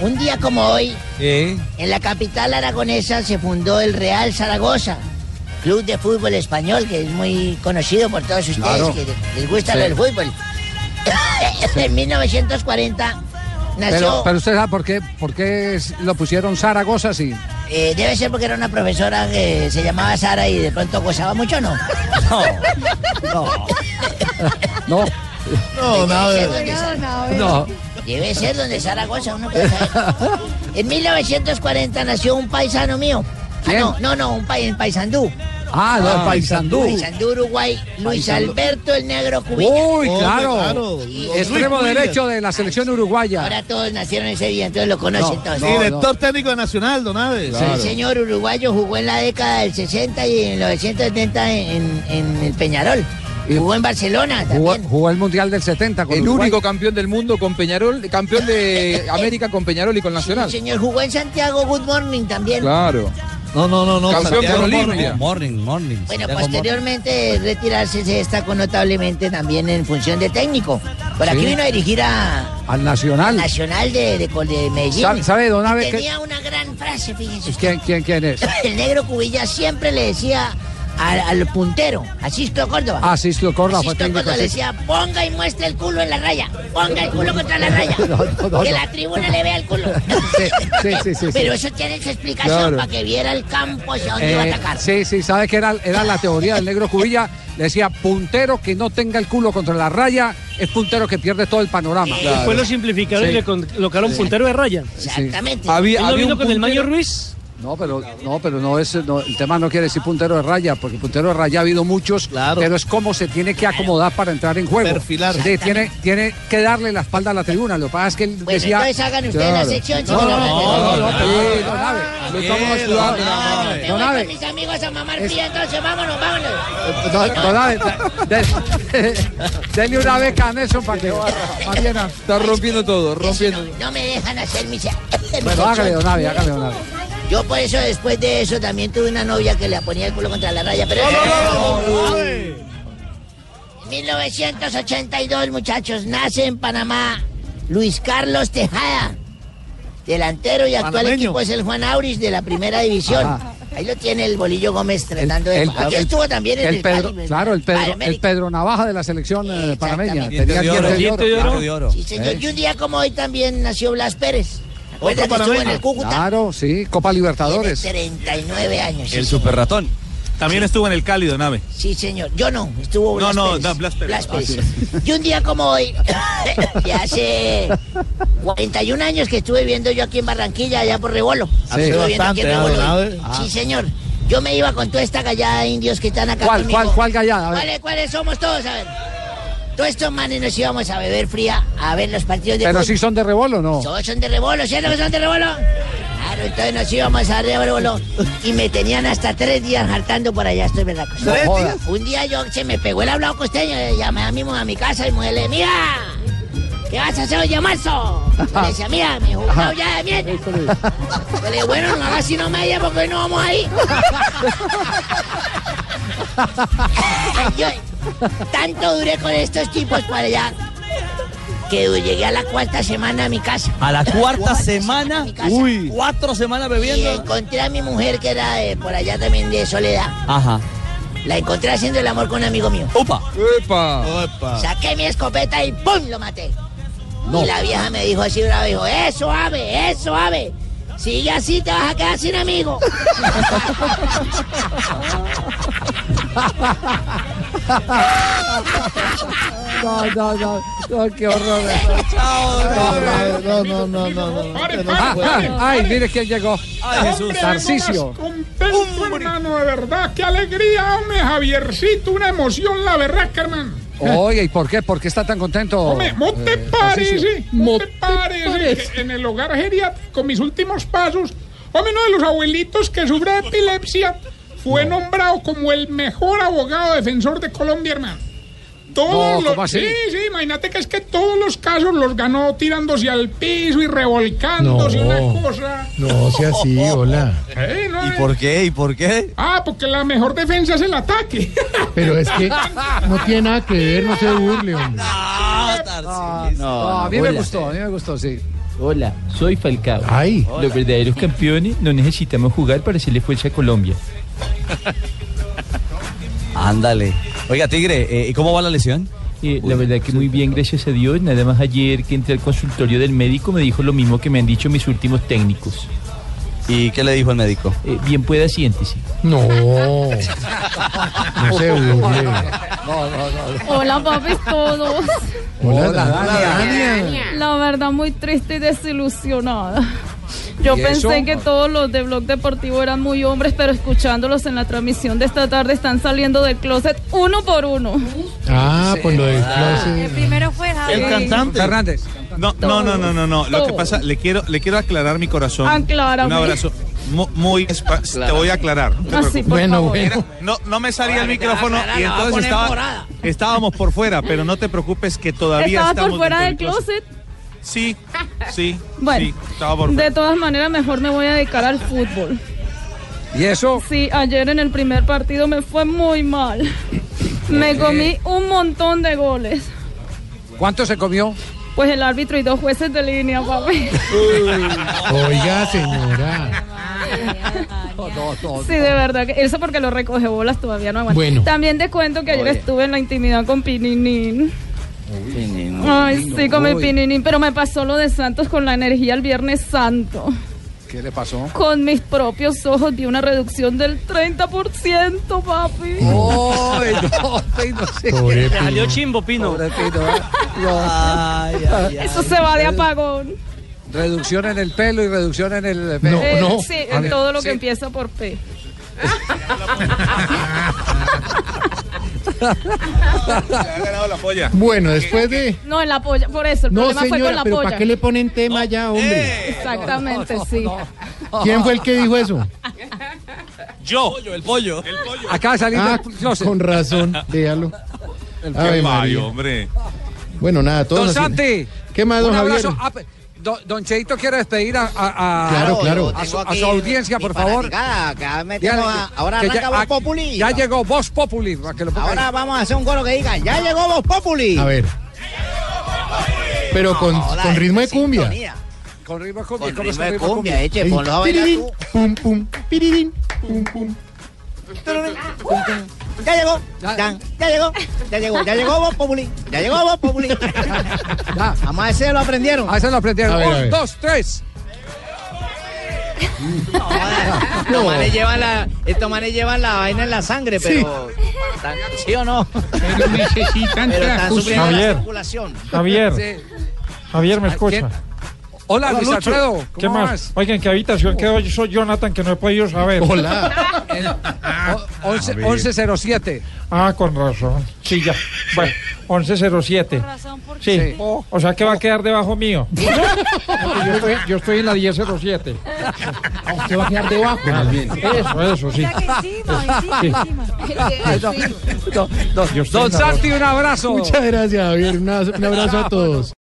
Un día como hoy, en la capital aragonesa se fundó el Real Zaragoza, club de fútbol español que es muy conocido por todos ustedes Claro. que les gusta Sí. el fútbol. en 1940 nació. Pero, pero usted sabe por qué, por qué es- lo pusieron Zaragoza así. Eh, debe ser porque era una profesora que se llamaba Sara y de pronto gozaba mucho, ¿no? No. No, nada. No. Debe ser donde Sara goza, uno puede saber. En 1940 nació un paisano mío. Ah, no, no, no, un país, en Paisandú. Ah, no, en Paysandú. Paisandú, Uruguay. Luis Paysandú. Alberto el Negro Cubillas. Uy, claro. Y- Extremo derecho de la selección uruguaya. Ahora todos nacieron ese día, entonces lo conocen No, todos. no, Director Doctor técnico de Nacional, Donave. Sí, El señor uruguayo jugó en la década del 60 y en los 1970 en, en el Peñarol. Jugó en Barcelona Jugó, también. jugó el Mundial del 70 con El Uruguay. único campeón del mundo con Peñarol, campeón de América con Peñarol y con Nacional. El señor jugó en Santiago Good Morning también. Claro. No, no, no, no. Campeón Santiago con Morning, Olimpia. Morning, morning. Bueno, Santiago posteriormente retirarse se destacó notablemente también en función de técnico. Por aquí Sí. vino a dirigir a Al Nacional. Nacional de, de, Col- de Medellín. ¿Sabe- sabe, don Abe, Y que- Tenía una gran frase, fíjense. ¿Quién, quién, quién es? El negro Cubilla siempre le decía al, al puntero, a Sisto Córdoba. Ah, Sislo Córdoba fue Sisto técnico, Córdoba le sí. decía, ponga y muestra el culo en la raya. Ponga el culo contra la raya. No, no, no, que no. la tribuna le vea el culo. sí, sí, sí, sí. Pero eso tiene su explicación Claro. para que viera el campo hacia dónde iba a Eh, atacar. sí, sí, sabe que era, era la teoría del negro Cubilla. Le decía, puntero que no tenga el culo contra la raya es puntero que pierde todo el panorama. Después lo simplificaron Ah, Sí. y le colocaron Sí. puntero de raya. Exactamente. Había, Había- ¿Él no había vino un con el Mayo puntero. Ruiz? No, pero no, pero no es no, el tema no quiere decir puntero de raya, porque puntero de raya ha habido muchos, pero es como se tiene que acomodar para entrar en juego. Perfilar. Sí, tiene, tiene que darle la espalda a la tribuna. Lo que pasa es que él decía. entonces hagan ustedes la sección, No, no, señora. no, no, no, pero- don Abe, Ah, lo estamos bien, ayudando. No, no, Don tengo Abe, con mis amigos a mamar pilla, entonces vámonos, vámonos. don- don Abe, de- denle una beca a Nelson para que. para que- Está rompiendo todo, rompiendo. No me dejan hacer mis... Bueno, hágale, don Abe, hágale, don Abe. Yo por eso, después de eso, también tuve una novia que le ponía el culo contra la raya, pero... En 1982, muchachos, nace en Panamá Luis Carlos Tejada, delantero y actual Panameño. equipo es el Juan Auris de la primera división. Ajá. Ahí lo tiene el bolillo Gómez tratando de... El- Aquí el- estuvo también en el, el Pedro, Cali, claro, el Pedro, América. el Pedro Navaja de la selección eh, panameña. Diente Tenía de diente oro. de Diente oro. de oro. Claro. Sí, señor. Eh. Y un día como hoy también nació Blas Pérez. Acuérdate que estuvo en el Cúcuta. Claro, pues. sí, Copa Tiene Libertadores. 39 años. sí, super ratón. También estuvo en el Cálido, Nave. Sí, señor. Yo no, estuvo No, Blas no, Pérez. da- Blas Pérez. Ah, Y un día como hoy, de hace 41 años que estuve viviendo yo aquí en Barranquilla, allá por Rebolo. Hace Estuve viviendo aquí en bastante, Rebolo. ¿ah, verdad? Sí, señor. Yo me iba con toda esta gallada de indios que están acá ¿Cuál, conmigo. cuál, cuál gallada? A ver. ¿Cuáles, cuáles somos todos? A ver. Todos estos manes nos íbamos a beber fría a ver los partidos de Pero fútbol. sí son de rebolo, ¿no? Todos son de rebolo, ¿cierto que son de rebolo? Claro, entonces nos íbamos a rebolo y me tenían hasta tres días hartando por allá, estoy verdad. cosa. ¿Tres No días? jodas. Un día yo se me pegó el hablado costeño, eh, llamé a mi mamá a mi casa y mujer le mira, ¿qué vas a hacer hoy de marzo? Yo le decía, mira, me jugado ya de mierda. Yo le dije, bueno, no hagas sino media porque hoy no vamos ahí. Yo tanto duré con estos tipos para allá que llegué a la cuarta semana a mi casa. A la cuarta Este semana, mi casa. uy, cuatro semanas Y bebiendo. encontré a mi mujer que era de por allá también de Soledad. Ajá. La encontré haciendo el amor con un amigo mío. Opa. Epa. Ah. Saqué mi escopeta y ¡pum! lo maté. No. Y la vieja me dijo así brava, dijo, eso ave, eso ave. Sigue así, te vas a quedar sin amigo. No, no, no, no, qué horror. No, no, no, no, no. no. Ah, ah, ay, mire quién llegó. Tarcicio. Contento, hermano, de verdad. Qué alegría, hombre, Javiercito. Una emoción, la verdad, hermano. Oye, ¿y por qué? ¿Por qué está tan contento? Eh, Hombre, ¿no te parece? ¿No te parece que en el hogar geriátrico, mis últimos pasos, hombre, uno de los abuelitos que sufre de epilepsia fue nombrado como el mejor abogado defensor de Colombia, hermano? Todos No, los, ¿cómo así? Sí, sí, imagínate que es que todos los casos los ganó tirándose al piso y revolcándose No. una cosa. No sea así, hola. Eh, no, eh. por qué? ¿Y por qué? Ah, porque la mejor defensa es el ataque. Pero es que no tiene nada que ver, no se burle, hombre. No, a mí me hola. gustó, a mí me gustó, sí. Hola, soy Falcao. Hola. Los verdaderos campeones no necesitamos jugar para hacerle fuerza a Colombia. Ándale. Oiga, Tigre, eh, ¿y cómo va la lesión? Eh, la verdad que muy bien, gracias a Dios. Nada más ayer que entré al consultorio del médico me dijo lo mismo que me han dicho mis últimos técnicos. Eh, ¿Y qué le dijo el médico? bien pueda, siéntese. No. No se burle. Hola, papis todos. Hola, La verdad, muy triste y desilusionada. Yo ¿Y pensé eso? que todos los de Blog Deportivo eran muy hombres, pero escuchándolos en la transmisión de esta tarde están saliendo del closet uno por uno. Ah, pues lo del El closet. primero fue El cantante. Fernández. No, no, no, no, no, no. Lo que pasa, le quiero, le quiero aclarar mi corazón. Aclárame. Un abrazo. mu- Muy, espa- te voy a aclarar. no te Ah, preocupes. sí, por Bueno, favor. bueno. Era- no, no me salía el micrófono y la va a entonces poner estaba- morada. estábamos por fuera, pero no te preocupes que todavía Estabas estamos por fuera del dentro closet. Sí, sí, Bueno, sí, estaba por fuera. De todas maneras, mejor me voy a dedicar al fútbol. ¿Y eso? Sí, ayer en el primer partido me fue muy mal. Me comí un montón de goles. ¿Cuánto se comió? Pues el árbitro y dos jueces de línea, papi. Oiga, señora. Sí, de verdad. que Eso porque lo recoge bolas todavía no aguanta. Bueno. También te cuento que ayer Oye. estuve en la intimidad con Pininín. Ay, sí, con mi Uy. Pininín. Pero me pasó lo de Santos con la energía el Viernes Santo. ¿Qué le pasó? Con mis propios ojos di una reducción del 30%, papi. Ay, no, Pino, sí. Pobre Te salió chimbo, Pino. ¿eh? Eso se va de apagón. Reducción en el pelo y reducción en el... No, Eh, Sí, en todo lo que empieza por P. Bueno, después de. No, en la polla. Por eso, el No, problema fue con señora, la pero polla. ¿para qué le ponen tema Eh. ya, hombre? Exactamente, sí. ¿Quién fue el que dijo eso? Yo. El pollo. Acaba de salir Ah, del con razón, véalo. Ave Ay, María. hombre. Bueno, nada, todos. Don así- Santi. ¿Qué más, don un Javier? abrazo. Ah, pe- Don, don Cheito quiere despedir a, a- a- Claro, claro. a su, Tengo a su aquí audiencia, por favor. metemos Dígale a- ahora ya- arranca Voz ah, Populi. Ya llegó Voz Populi. para que lo ponga Ahora ahí. vamos a hacer un coro que diga, ya llegó Voz Populi. A ver. Pero con, con ritmo de cumbia. Con ritmo de cumbia. Con ritmo ¿cómo es de el ritmo de cumbia, eche, ponlo a bailar Pirirín, tú. pum, pum, pirirín, pum, pum. Ya llegó, ya, ya llegó, ya llegó, ya llegó Voz Populi, ya llegó Voz Populi. Además, ese lo aprendieron. A ese lo aprendieron. A ver, a Un, ver. dos, tres. Estos manes llevan la, este estos manes llevan la vaina en la sangre, pero están- sí. o no? Pero necesitan Pero están transfusión. sufriendo la Javier. circulación. Javier. Javier, ¿me escucha? Ah, Hola, Luis Lucho. Alfredo, ¿cómo ¿Qué más? vas? Oigan, ¿qué habitación quedó? Yo soy Jonathan, que no he podido saber. Ah. O- once- 1107. Ah, con razón. Sí, ya. Bueno, 1107. Con razón, ¿por Sí. Sí. O sea que va a quedar debajo mío. yo, estoy, yo estoy en la 1007. Usted va a quedar debajo, más bien. Eso, eso, sí. Don Santi, un abrazo. Muchas gracias, Javier. Un abrazo- un abrazo a todos.